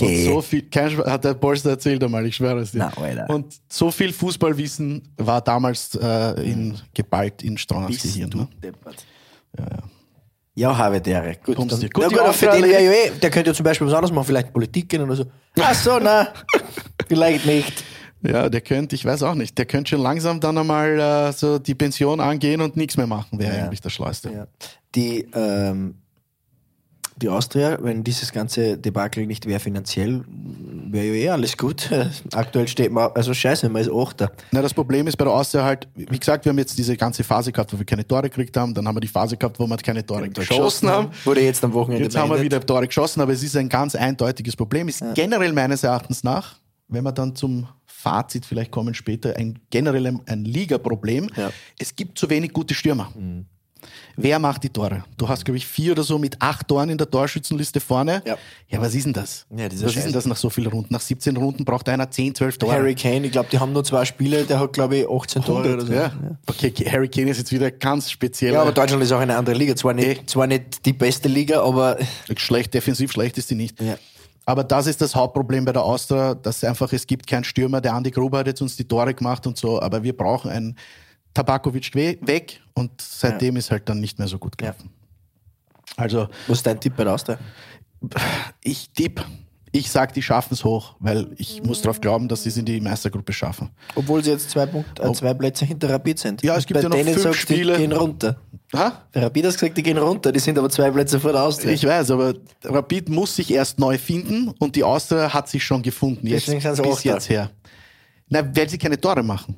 Speaker 2: Und
Speaker 1: Geh.
Speaker 2: so viel, kein Spaß, hat der Polster erzählt einmal, ich schwöre es dir.
Speaker 1: Na, Alter.
Speaker 2: Und so viel Fußballwissen war damals äh, in, geballt in Strauners Gehirn. Ne?
Speaker 1: Ja, habe der. Gut,
Speaker 2: Kommst
Speaker 1: dann,
Speaker 2: du.
Speaker 1: gut,
Speaker 2: Gut,
Speaker 1: na
Speaker 2: die
Speaker 1: gut aber für den
Speaker 2: Australier-
Speaker 1: wäre ja eh, der könnte ja zum Beispiel was anderes machen, vielleicht Politik gehen oder so. Ach so, na, vielleicht nicht.
Speaker 2: Ja, der könnte, ich weiß auch nicht, der könnte schon langsam dann einmal äh, so die Pension angehen und nichts mehr machen, wäre eigentlich der Schleuste.
Speaker 1: Die, ähm, die Austria, wenn dieses ganze Debakel nicht wäre finanziell, wäre ja eh alles gut. Aktuell steht man, also scheiße, man ist Achter.
Speaker 2: Na, das Problem ist bei der Austria halt, wie gesagt, wir haben jetzt diese ganze Phase gehabt, wo wir keine Tore gekriegt haben, dann haben wir die Phase gehabt, wo wir keine Tore geschossen haben.
Speaker 1: Wurde jetzt am Wochenende
Speaker 2: Jetzt haben wir
Speaker 1: beendet.
Speaker 2: wieder Tore geschossen, aber es ist ein ganz eindeutiges Problem. Ist generell meines Erachtens nach, wenn wir dann zum Fazit vielleicht kommen später, ein generell ein- ein Liga-Problem.
Speaker 1: Ja. Mhm.
Speaker 2: Es gibt zu wenig gute Stürmer. Wer macht die Tore? Du hast, glaube ich, vier oder so mit acht Toren in der Torschützenliste vorne.
Speaker 1: Ja.
Speaker 2: ja was ist denn das?
Speaker 1: Ja,
Speaker 2: was
Speaker 1: dieser
Speaker 2: ist
Speaker 1: Scheiß.
Speaker 2: denn das nach so vielen Runden? Nach 17 Runden braucht einer 10, 12 Tore.
Speaker 1: Harry Kane, ich glaube, die haben nur zwei Spiele, der hat, glaube ich, 18 Tore oder so.
Speaker 2: ja. Okay, Harry Kane ist jetzt wieder ganz speziell.
Speaker 1: Ja, aber Deutschland ist auch eine andere Liga. Zwar nicht,
Speaker 2: Eh.
Speaker 1: zwar nicht die beste Liga, aber
Speaker 2: Schlecht, defensiv schlecht ist die nicht.
Speaker 1: Ja.
Speaker 2: Aber das ist das Hauptproblem bei der Austria, dass einfach es gibt keinen Stürmer. Der Andi Gruber hat jetzt uns die Tore gemacht und so, aber wir brauchen einen Tabakovic we- weg und seitdem ist halt dann nicht mehr so gut gelaufen. Also
Speaker 1: was ist dein Tipp bei der Austria?
Speaker 2: ich tipp, ich sag, die schaffen es hoch, weil ich muss darauf glauben, dass sie es in die Meistergruppe schaffen.
Speaker 1: Obwohl sie jetzt zwei, Punkt, äh, zwei Plätze hinter Rapid sind.
Speaker 2: Ja, es gibt
Speaker 1: bei
Speaker 2: ja noch
Speaker 1: denen
Speaker 2: fünf
Speaker 1: sagst,
Speaker 2: Spiele.
Speaker 1: Die gehen runter.
Speaker 2: Ha?
Speaker 1: Der Rapid hat gesagt, die gehen runter, die sind aber zwei Plätze vor der Austria.
Speaker 2: Ich weiß, aber Rapid muss sich erst neu finden und die Austria hat sich schon gefunden. Jetzt,
Speaker 1: Deswegen sind sie auch
Speaker 2: bis
Speaker 1: da.
Speaker 2: jetzt her. Na, weil sie keine Tore machen.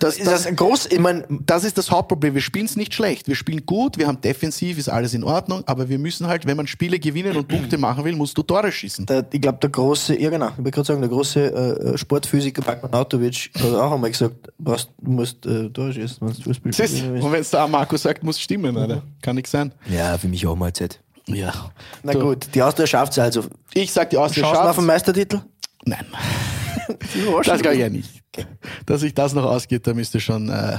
Speaker 1: das, ist das ein groß, ich meine,
Speaker 2: das ist das Hauptproblem. Wir spielen es nicht schlecht. Wir spielen gut, wir haben defensiv, ist alles in Ordnung, aber wir müssen halt, wenn man Spiele gewinnen und Punkte machen will, musst du Tore schießen.
Speaker 1: der, ich glaube, der große, ja genau, ich wollte gerade sagen, der große äh, Sportphysiker Bakman Autovic hat auch einmal gesagt, brauchst, du musst äh, Tore schießen, wenn du Fußball
Speaker 2: Das ist, und wenn es da auch Marco sagt, muss stimmen, Alter.
Speaker 1: Mhm.
Speaker 2: Kann nicht sein.
Speaker 1: Ja, für mich auch mal Zeit.
Speaker 2: Ja.
Speaker 1: Na gut, die Austria schafft es also.
Speaker 2: Ich sag die Austria
Speaker 1: Chancen auf den
Speaker 2: schafft.
Speaker 1: Meistertitel?
Speaker 2: Nein, das glaube ich ja nicht. Dass sich das noch ausgeht, da müsste schon, äh,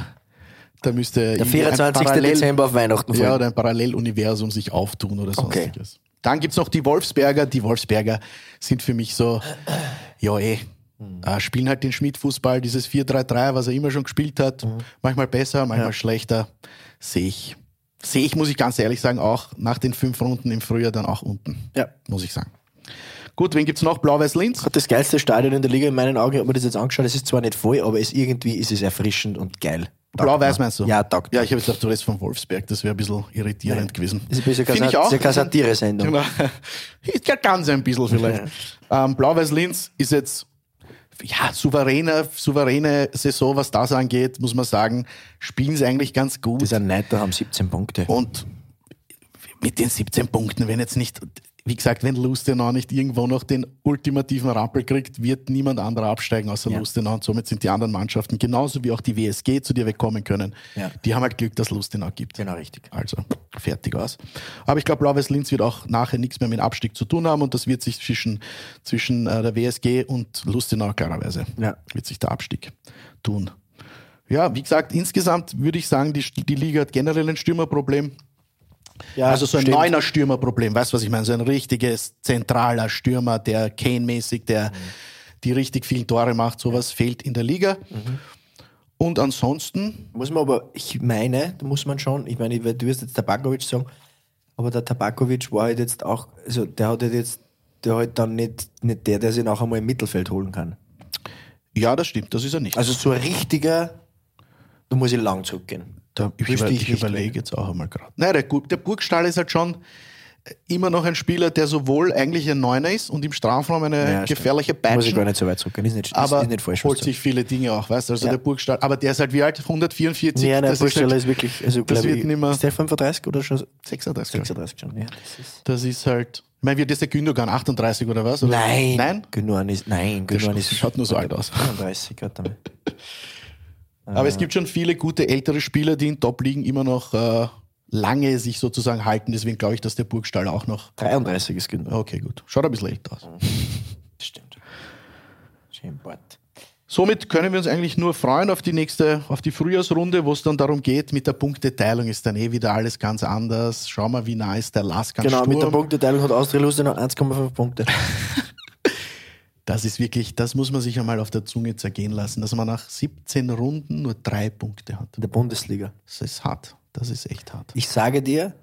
Speaker 2: da müsste
Speaker 1: Der
Speaker 2: irgendwie ein
Speaker 1: 24.
Speaker 2: Parallel-
Speaker 1: Dezember auf Weihnachten
Speaker 2: Ja,
Speaker 1: folgen.
Speaker 2: oder ein Paralleluniversum sich auftun oder
Speaker 1: Also Okay.
Speaker 2: sonstiges. Dann gibt es noch die Wolfsberger. Die Wolfsberger sind für mich so, ja eh,
Speaker 1: Hm.
Speaker 2: äh, spielen halt den Schmidt-Fußball, dieses 4-3-3, was er immer schon gespielt hat.
Speaker 1: Mhm.
Speaker 2: Manchmal besser, manchmal schlechter. Sehe ich. Sehe ich, muss ich ganz ehrlich sagen, auch nach den fünf Runden im Frühjahr dann auch unten.
Speaker 1: Ja.
Speaker 2: Muss ich sagen. Gut, wen gibt's noch? Blau-Weiß-Linz?
Speaker 1: hat das geilste Stadion in der Liga in meinen Augen. Ich habe mir das jetzt angeschaut. Es ist zwar nicht voll, aber es irgendwie ist es erfrischend und geil. ne?
Speaker 2: Blau-Weiß meinst du?
Speaker 1: Ja, taugt
Speaker 2: Ja, ich habe jetzt gedacht, du redest von Wolfsberg. Das wäre ein bisschen irritierend gewesen.
Speaker 1: Ist ein bisschen keine-
Speaker 2: Finde ich auch.
Speaker 1: ist ja keine Satire-Sendung.
Speaker 2: Genau. Ist ja ganz ein bisschen vielleicht. ähm, Blau-Weiß-Linz ist jetzt ja, souveräne, souveräne Saison, was das angeht, muss man sagen. Spielen sie eigentlich ganz gut.
Speaker 1: Das ist ein Neid, da haben 17 Punkte.
Speaker 2: Und mit den 17 Punkten, wenn jetzt nicht, wie gesagt, wenn Lustenau nicht irgendwo noch den ultimativen Rappel kriegt, wird niemand anderer absteigen außer Lustenau. Und somit sind die anderen Mannschaften, genauso wie auch die WSG, zu der wir kommen können,
Speaker 1: Ja.
Speaker 2: die haben halt Glück, dass Lustenau gibt.
Speaker 1: Genau, richtig.
Speaker 2: Also, fertig aus. Aber ich glaube, Blau-Weiß Linz wird auch nachher nichts mehr mit Abstieg zu tun haben und das wird sich zwischen, zwischen äh, der WSG und Lustenau klarerweise
Speaker 1: Ja.
Speaker 2: wird sich der Abstieg tun. Ja, wie gesagt, insgesamt würde ich sagen, die, die Liga hat generell ein Stürmerproblem.
Speaker 1: Ja,
Speaker 2: also so ein
Speaker 1: stimmt.
Speaker 2: neuner Stürmerproblem, weißt du, was ich meine? So ein richtiges zentraler Stürmer, der Kane-mäßig, der die richtig vielen Tore macht, sowas fehlt in der Liga. Mhm. Und ansonsten,
Speaker 1: Muss man aber, ich meine, da muss man schon, ich meine, ich werd- du wirst jetzt Tabakovic sagen, aber der Tabakovic war halt jetzt auch, also der hat halt jetzt, der halt dann nicht, nicht der, der sich nachher mal im Mittelfeld holen kann.
Speaker 2: ja, das stimmt, das ist er nicht.
Speaker 1: Also so ein richtiger, da muss ich lang zurückgehen.
Speaker 2: Da, ich
Speaker 1: Wüsste
Speaker 2: über,
Speaker 1: ich
Speaker 2: ich
Speaker 1: nicht,
Speaker 2: überlege jetzt auch einmal gerade. Nein, der, Gu- der Burgstall ist halt schon immer noch ein Spieler, der sowohl eigentlich ein Neuner ist und im Strafraum eine
Speaker 1: Ja, stimmt.
Speaker 2: gefährliche
Speaker 1: Muss ich gar
Speaker 2: Peitsche,
Speaker 1: nicht so weit zurückgehen, ist nicht,
Speaker 2: aber
Speaker 1: ist, ist nicht falsch. was
Speaker 2: holt
Speaker 1: du
Speaker 2: sich viele Dinge auch, weißt du? Also
Speaker 1: Ja.
Speaker 2: der Burgstall, aber der ist halt wie alt? 144?
Speaker 1: Ja, der
Speaker 2: das ist,
Speaker 1: Burgstaller
Speaker 2: halt,
Speaker 1: ist wirklich, also
Speaker 2: das
Speaker 1: glaub
Speaker 2: wird
Speaker 1: ich,
Speaker 2: nimmer-
Speaker 1: ist der 35 oder schon
Speaker 2: 36. glaub ich.
Speaker 1: 36 schon? Ja, das ist
Speaker 2: Das ist halt, ich meine, wird jetzt der Gündogan 38 oder was? Oder?
Speaker 1: nein,
Speaker 2: Nein?
Speaker 1: Gündogan ist, nein, Gündogan ist
Speaker 2: Schaut nur so alt aus.
Speaker 1: 35, Gott damit.
Speaker 2: Aber
Speaker 1: Ah.
Speaker 2: es gibt schon viele gute ältere Spieler, die in Top-Ligen immer noch äh, lange sich sozusagen halten. Deswegen glaube ich, dass der Burgstall auch noch.
Speaker 1: 33 ist Gündogan.
Speaker 2: Okay, gut. Schaut ein bisschen älter aus.
Speaker 1: Das stimmt. Schön Bart.
Speaker 2: Somit können wir uns eigentlich nur freuen auf die nächste, auf die Frühjahrsrunde, wo es dann darum geht, mit der Punkteteilung ist dann eh wieder alles ganz anders. Schau mal, wie nah ist der Lask an
Speaker 1: Genau,
Speaker 2: Sturm.
Speaker 1: mit der Punkteteilung hat Austria Lust noch 1,5 Punkte.
Speaker 2: das ist wirklich, das muss man sich einmal auf der Zunge zergehen lassen, dass man nach 17 Runden nur drei Punkte hat.
Speaker 1: In der Bundesliga.
Speaker 2: Das ist hart. Das ist echt hart.
Speaker 1: Ich sage dir,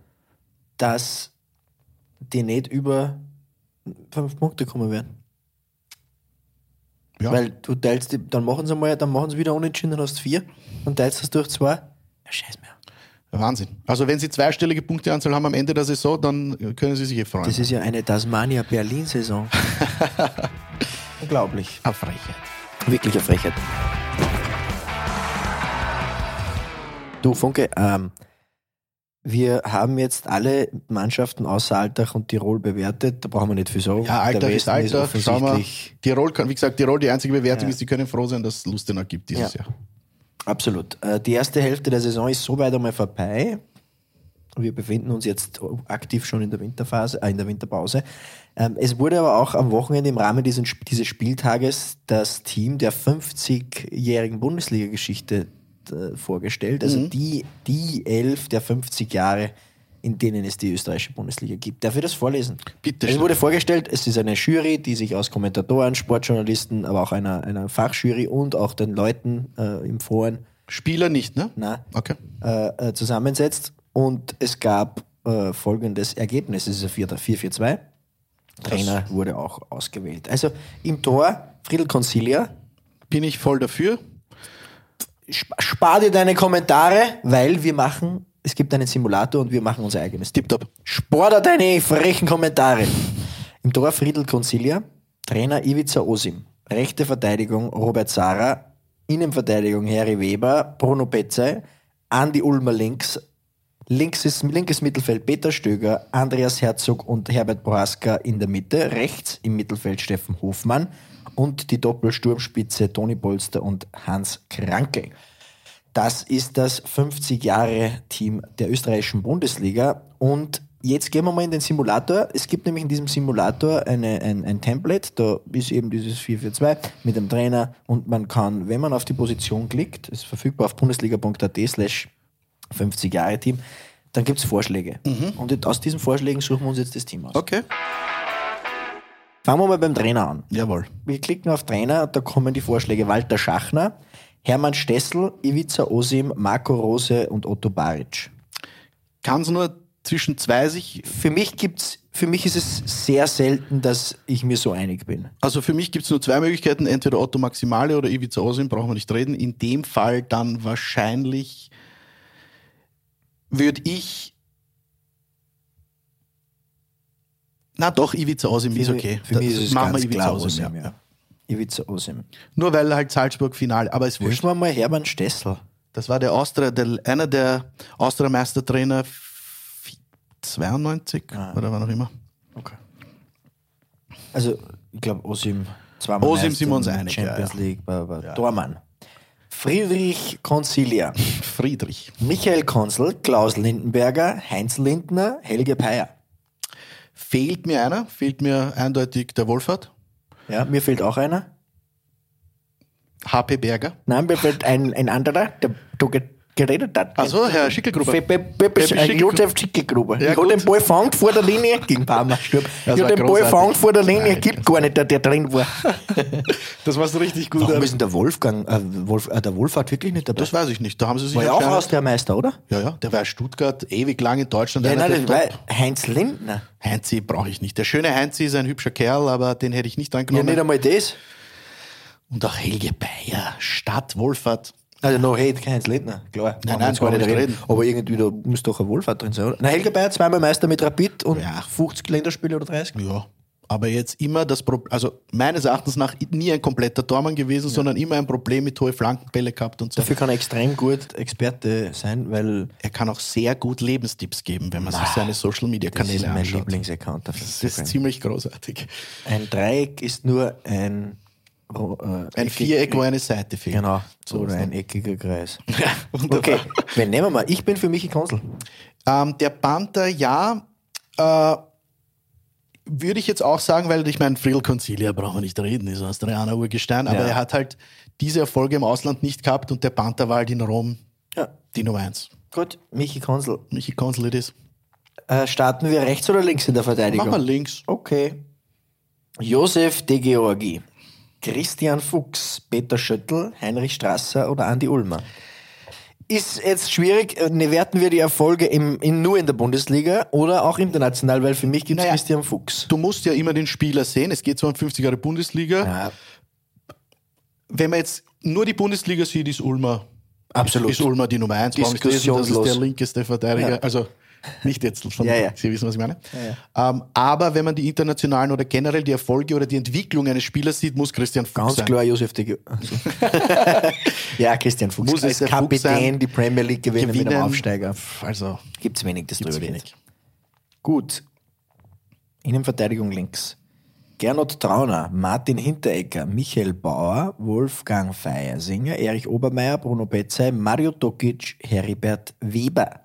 Speaker 1: dass die nicht über 5 Punkte kommen werden.
Speaker 2: Ja.
Speaker 1: Weil du teilst, die, dann machen sie mal, dann machen sie wieder unentschieden, dann hast du vier, dann teilst du es durch zwei. Ja, scheiß mehr.
Speaker 2: Wahnsinn. Also wenn sie zweistellige Punkteanzahl haben am Ende der Saison, dann können sie sich eh freuen.
Speaker 1: Das ist ja eine Tasmania-Berlin-Saison. Unglaublich.
Speaker 2: eine Frechheit.
Speaker 1: Wirklich eine Frechheit. Du, Funke, ähm, wir haben jetzt alle Mannschaften außer Alltag und Tirol bewertet. Da brauchen wir nicht viel sagen.
Speaker 2: Ja, Alltag
Speaker 1: Der
Speaker 2: ist
Speaker 1: Westen
Speaker 2: Alltag. Schauen wir.
Speaker 1: offensichtlich.
Speaker 2: Tirol kann, wie gesagt, Tirol die einzige Bewertung
Speaker 1: Ja.
Speaker 2: ist, die können froh sein, dass es Lustenau gibt dieses Jahr.
Speaker 1: Absolut. Äh, Die erste Hälfte der Saison ist soweit einmal vorbei. Wir befinden uns jetzt aktiv schon in der Winterphase, äh, in der Winterpause. Ähm, es wurde aber auch am Wochenende im Rahmen diesen, Sp- dieses Spieltages das Team der 50-jährigen Bundesliga-Geschichte äh, vorgestellt. Also
Speaker 2: Mhm.
Speaker 1: die, die elf der 50 Jahre, in denen es die österreichische Bundesliga gibt. Darf ich das vorlesen? Also
Speaker 2: Bitte
Speaker 1: Es
Speaker 2: schön.
Speaker 1: wurde vorgestellt, es ist eine Jury, die sich aus Kommentatoren, Sportjournalisten, aber auch einer, einer Fachjury und auch den Leuten äh, im Foren
Speaker 2: Spieler nicht, ne?
Speaker 1: na,
Speaker 2: Okay.
Speaker 1: äh, äh, zusammensetzt. Und es gab äh, folgendes Ergebnis. Es ist ein 4 4-4-2. Trainer wurde auch ausgewählt. Also im Tor Friedel Concilia.
Speaker 2: Bin ich voll dafür.
Speaker 1: Sp spar dir deine Kommentare, weil wir machen, es gibt einen Simulator und wir machen unser eigenes.
Speaker 2: Tipptopp.
Speaker 1: Spar dir deine frechen Kommentare. Im Tor Friedel Concilia, Trainer Ivica Osim, rechte Verteidigung Robert Sara, Innenverteidigung Harry Weber, Bruno Petzey, Andi Ulmer links, links ist, linkes Mittelfeld Peter Stöger, Andreas Herzog und Herbert Boraska in der Mitte, rechts im Mittelfeld Steffen Hofmann und die Doppelsturmspitze Toni Bolster und Hans Krankel. Das ist das 50 Jahre Team der österreichischen Bundesliga. Und jetzt gehen wir mal in den Simulator. Es gibt nämlich in diesem Simulator eine, ein, ein Template. Da ist eben dieses 442 mit dem Trainer. Und man kann, wenn man auf die Position klickt, ist verfügbar auf bundesliga.at slash 50 Jahre Team, dann gibt es Vorschläge. Und aus diesen Vorschlägen suchen wir uns jetzt das Team aus.
Speaker 2: Okay.
Speaker 1: Fangen wir mal beim Trainer an.
Speaker 2: Jawohl.
Speaker 1: Wir klicken auf Trainer, da kommen die Vorschläge Walter Schachner, Hermann Stessel, Ivica Osim, Marco Rose und Otto Baric.
Speaker 2: Kann es nur zwischen zwei sich
Speaker 1: Für mich gibt's, für mich ist es sehr selten, dass ich mir so einig bin.
Speaker 2: Also für mich gibt es nur zwei Möglichkeiten, entweder Otto Maximale oder Ivica Osim, brauchen wir nicht reden. In dem Fall dann wahrscheinlich würde ich na doch, Ivica Osim ist
Speaker 1: Für-
Speaker 2: okay.
Speaker 1: Für mich
Speaker 2: Da-
Speaker 1: ist es
Speaker 2: machen wir
Speaker 1: ganz
Speaker 2: Ivica
Speaker 1: klar
Speaker 2: Osim,
Speaker 1: Osim,
Speaker 2: ja.
Speaker 1: ja. Ivica Osim.
Speaker 2: Nur weil halt Salzburg Final, aber es wurscht.
Speaker 1: Wünschen wir mal Hermann Stessel.
Speaker 2: Das war der Austria, der, einer der Austria-Meistertrainer f- 92
Speaker 1: Ah.
Speaker 2: oder wann auch immer.
Speaker 1: Okay. Also, ich glaube, Osim zweimal.
Speaker 2: Osim
Speaker 1: Meister
Speaker 2: sind wir uns
Speaker 1: und
Speaker 2: einig, ja,
Speaker 1: Champions
Speaker 2: ja.
Speaker 1: League, bla, bla. Dormann. Friedrich Concilia.
Speaker 2: Friedrich.
Speaker 1: Michael Konzel, Klaus Lindenberger, Heinz Lindner, Helge Peyer.
Speaker 2: Fehlt mir einer, fehlt mir eindeutig der Wolfert,
Speaker 1: Ja, mir fehlt auch einer.
Speaker 2: HP Berger.
Speaker 1: Nein, mir fehlt ein, ein anderer, der du ge- geredet hat.
Speaker 2: Also Herr Schickelgruber.
Speaker 1: Fe- Pe- Pepe
Speaker 2: Pepe
Speaker 1: Schickel-
Speaker 2: Schickel-
Speaker 1: Josef Schickelgruber.
Speaker 2: Ja,
Speaker 1: ich hab
Speaker 2: gut.
Speaker 1: den Ball fangen vor der Linie gegen Parma. Stirb. Ich hab
Speaker 2: Das war
Speaker 1: den Ball
Speaker 2: großartig.
Speaker 1: fangen vor der Linie,
Speaker 2: Nein,
Speaker 1: gibt gar nicht, der, der drin war.
Speaker 2: Das war's richtig gut.
Speaker 1: Warum ist denn der Wolfgang, äh, Wolf, äh, der Wolfhard wirklich nicht dabei?
Speaker 2: Das weiß ich nicht. Da haben sie sich
Speaker 1: war ja auch
Speaker 2: anscheinend-
Speaker 1: aus der Meister, oder?
Speaker 2: Ja, ja. Der war in Stuttgart ewig lang in Deutschland.
Speaker 1: Ja,
Speaker 2: einer
Speaker 1: nein, das
Speaker 2: der
Speaker 1: war
Speaker 2: Top-
Speaker 1: Heinz Lindner.
Speaker 2: Heinzi brauche ich nicht. Der schöne Heinzi ist ein hübscher Kerl, aber den hätte ich nicht
Speaker 1: Ja,
Speaker 2: angenommen.
Speaker 1: nicht einmal das.
Speaker 2: Und auch Helge Bayer, Stadt Wolfert.
Speaker 1: Also, no hate, kein Heinz Lindner, klar. Brauchen wir
Speaker 2: Nein, nein,
Speaker 1: jetzt gar
Speaker 2: brauchen
Speaker 1: nicht
Speaker 2: wir nicht
Speaker 1: reden.
Speaker 2: reden.
Speaker 1: Aber irgendwie, da muss doch ein Wohlfahrt drin sein, oder? Na, Helge Bayer, zweimal Meister mit Rapid und
Speaker 2: Ja.
Speaker 1: 50 Länderspiele oder 30?
Speaker 2: Ja. Aber jetzt immer das Problem, also meines Erachtens nach nie ein kompletter Tormann gewesen, sondern immer ein Problem mit hohe Flankenbälle gehabt und so.
Speaker 1: Dafür kann er extrem gut Experte sein, weil
Speaker 2: Er kann auch sehr gut Lebenstipps geben, wenn man sich seine Social Media
Speaker 1: das ist
Speaker 2: Kanäle
Speaker 1: mein
Speaker 2: anschaut.
Speaker 1: Lieblingsaccount auf
Speaker 2: Das ist
Speaker 1: Instagram.
Speaker 2: ziemlich großartig.
Speaker 1: Ein Dreieck ist nur ein, ro- äh,
Speaker 2: Ein
Speaker 1: eckig-
Speaker 2: Viereck, wo eine Seite fehlt.
Speaker 1: Genau,
Speaker 2: So
Speaker 1: oder ein eckiger Kreis.
Speaker 2: Wunderbar.
Speaker 1: Okay, wen nehmen wir mal? Ich bin für Michi Konsel.
Speaker 2: Ähm, der Panther, ja, äh, würde ich jetzt auch sagen, weil ich meine, Frill Concilia brauchen wir nicht reden, ist ein Australianer Urgestein, aber
Speaker 1: Ja.
Speaker 2: er hat halt diese Erfolge im Ausland nicht gehabt und der Panther war halt in Rom
Speaker 1: Ja,
Speaker 2: die Nummer eins.
Speaker 1: gut, Michi Konsel.
Speaker 2: Michi Consul it is.
Speaker 1: Äh, starten wir rechts oder links in der Verteidigung?
Speaker 2: Mach mal links.
Speaker 1: Okay. Josef De Georgi, Christian Fuchs, Peter Schüttel, Heinrich Strasser oder Andi Ulmer. Ist jetzt schwierig, äh, ne, werten wir die Erfolge im, in, nur in der Bundesliga oder auch international, weil für mich gibt es
Speaker 2: Naja.
Speaker 1: Christian Fuchs.
Speaker 2: Du musst ja immer den Spieler sehen. Es geht zwar um 50 Jahre Bundesliga.
Speaker 1: Ja,
Speaker 2: Wenn man jetzt nur die Bundesliga sieht, ist Ulmer
Speaker 1: Absolut.
Speaker 2: Ist Ulmer die Nummer eins? Warum ist das? Das ist
Speaker 1: Diskussionslos.
Speaker 2: der linkeste Verteidiger.
Speaker 1: Ja.
Speaker 2: Also nicht jetzt von
Speaker 1: Ja, ja.
Speaker 2: Sie wissen, was ich meine.
Speaker 1: Ja,
Speaker 2: Ähm, aber wenn man die internationalen oder generell die Erfolge oder die Entwicklung eines Spielers sieht, muss Christian Fuchs
Speaker 1: Ganz
Speaker 2: sein.
Speaker 1: klar, Josef de also. Ja, Christian Fuchs
Speaker 2: Muss es
Speaker 1: als
Speaker 2: der Fuchs
Speaker 1: Kapitän
Speaker 2: sein?
Speaker 1: die Premier League gewinnen, mit
Speaker 2: Gewinnen.
Speaker 1: einem Aufsteiger.
Speaker 2: Also
Speaker 1: Gibt es wenig, das
Speaker 2: gibt's
Speaker 1: drüber geht.
Speaker 2: wenig.
Speaker 1: Gut. Innenverteidigung links. Gernot Trauner, Martin Hinteregger, Michael Bauer, Wolfgang Feiersinger, Erich Obermeier, Bruno Betzey, Mario Tokic, Heribert Weber.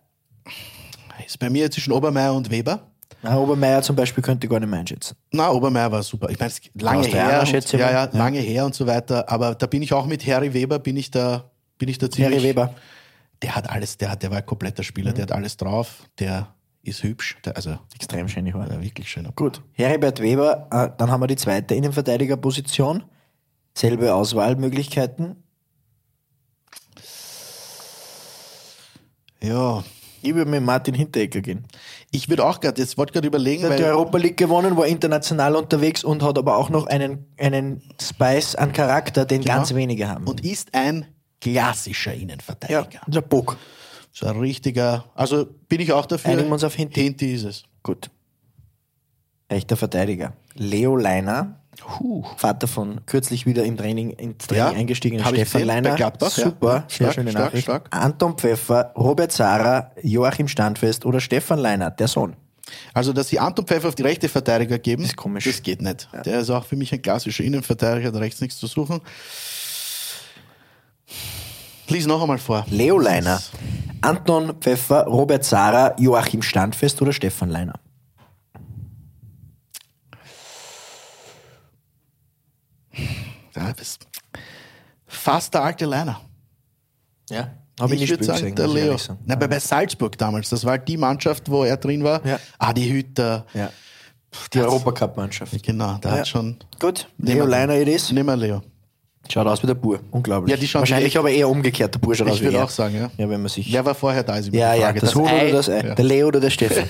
Speaker 2: Ist bei mir zwischen Obermeier und Weber.
Speaker 1: Na, Obermeier zum Beispiel könnte ich gar nicht mehr einschätzen.
Speaker 2: Na, Obermeier war super. Ich meine, es ist lange
Speaker 1: Aus der
Speaker 2: her.
Speaker 1: Anna,
Speaker 2: Und,
Speaker 1: schätze ich
Speaker 2: ja,
Speaker 1: mal.
Speaker 2: ja, lange her und so weiter. Aber da bin ich auch mit Harry Weber, bin ich da, bin ich da ziemlich.
Speaker 1: Harry Weber. Mhm.
Speaker 2: Der hat alles, der hat, der war ein kompletter Spieler, der hat alles drauf, der ist hübsch. Der, also
Speaker 1: Extrem schön, ich
Speaker 2: der
Speaker 1: war.
Speaker 2: war wirklich schön.
Speaker 1: Gut. Heribert Weber, äh, dann haben wir die zweite Innenverteidigerposition. Selbe Auswahlmöglichkeiten.
Speaker 2: Ja.
Speaker 1: Ich würde mit Martin Hinteregger gehen.
Speaker 2: Ich würde auch gerade, jetzt wollte gerade überlegen,
Speaker 1: Der hat die
Speaker 2: weil
Speaker 1: Europa League gewonnen, war international unterwegs und hat aber auch noch einen, einen Spice an Charakter, den ganz wenige haben.
Speaker 2: Genau. und ist ein klassischer
Speaker 1: ja,
Speaker 2: Innenverteidiger.
Speaker 1: der Bock.
Speaker 2: So ein richtiger, also bin ich auch dafür.
Speaker 1: Einigen wir uns auf Hinti.
Speaker 2: Hinti ist es.
Speaker 1: Gut. Rechter Verteidiger. Leo Leiner,
Speaker 2: Huh.
Speaker 1: Vater von kürzlich wieder im Training, ins
Speaker 2: Ja,
Speaker 1: Training eingeschiegenen
Speaker 2: hab ich
Speaker 1: Stefan
Speaker 2: gesehen, bei
Speaker 1: Leiner.
Speaker 2: Gladbach, ja.
Speaker 1: Super, sehr
Speaker 2: Stark,
Speaker 1: schöne
Speaker 2: stark,
Speaker 1: Nachricht.
Speaker 2: stark.
Speaker 1: Anton Pfeffer, Robert Zara, Joachim Standfest oder Stefan Leiner, der Sohn.
Speaker 2: Also, dass sie Anton Pfeiffer auf die rechte Verteidiger geben,
Speaker 1: Ist komisch.
Speaker 2: das geht nicht. Der ist auch für mich ein klassischer Innenverteidiger, da rechts nichts zu suchen. Lies noch einmal vor.
Speaker 1: Leo Leiner, Anton Pfeffer, Robert Zara, Joachim Standfest oder Stefan Leiner.
Speaker 2: Ja, das- Fast der alte Leiner.
Speaker 1: Ja. Habe ich,
Speaker 2: ich
Speaker 1: nicht
Speaker 2: würde
Speaker 1: spielen gesehen,
Speaker 2: sagen, der
Speaker 1: muss ich
Speaker 2: Leo.
Speaker 1: ehrlich sagen.
Speaker 2: Na, bei, bei Salzburg damals, das war halt die Mannschaft, wo er drin war.
Speaker 1: Ja.
Speaker 2: Adi Hütter.
Speaker 1: Ja. Die Europacup-Mannschaft.
Speaker 2: Genau, da hat schon.
Speaker 1: Gut,
Speaker 2: Nehmen
Speaker 1: Leo
Speaker 2: wir-
Speaker 1: Leiner it is.
Speaker 2: Nimm mal Leo.
Speaker 1: Schaut aus wie der Bur, unglaublich.
Speaker 2: Ja, die schauen
Speaker 1: Wahrscheinlich
Speaker 2: echt-
Speaker 1: aber eher umgekehrt, der Bur schaut aus
Speaker 2: Ich
Speaker 1: wie
Speaker 2: würde
Speaker 1: er.
Speaker 2: auch sagen, ja.
Speaker 1: Ja, wenn man sich...
Speaker 2: Wer war vorher da? Ist immer
Speaker 1: ja,
Speaker 2: die
Speaker 1: ja,
Speaker 2: Frage.
Speaker 1: das Huhn oder das Ei.
Speaker 2: Ja.
Speaker 1: Der Leo oder der Stefan.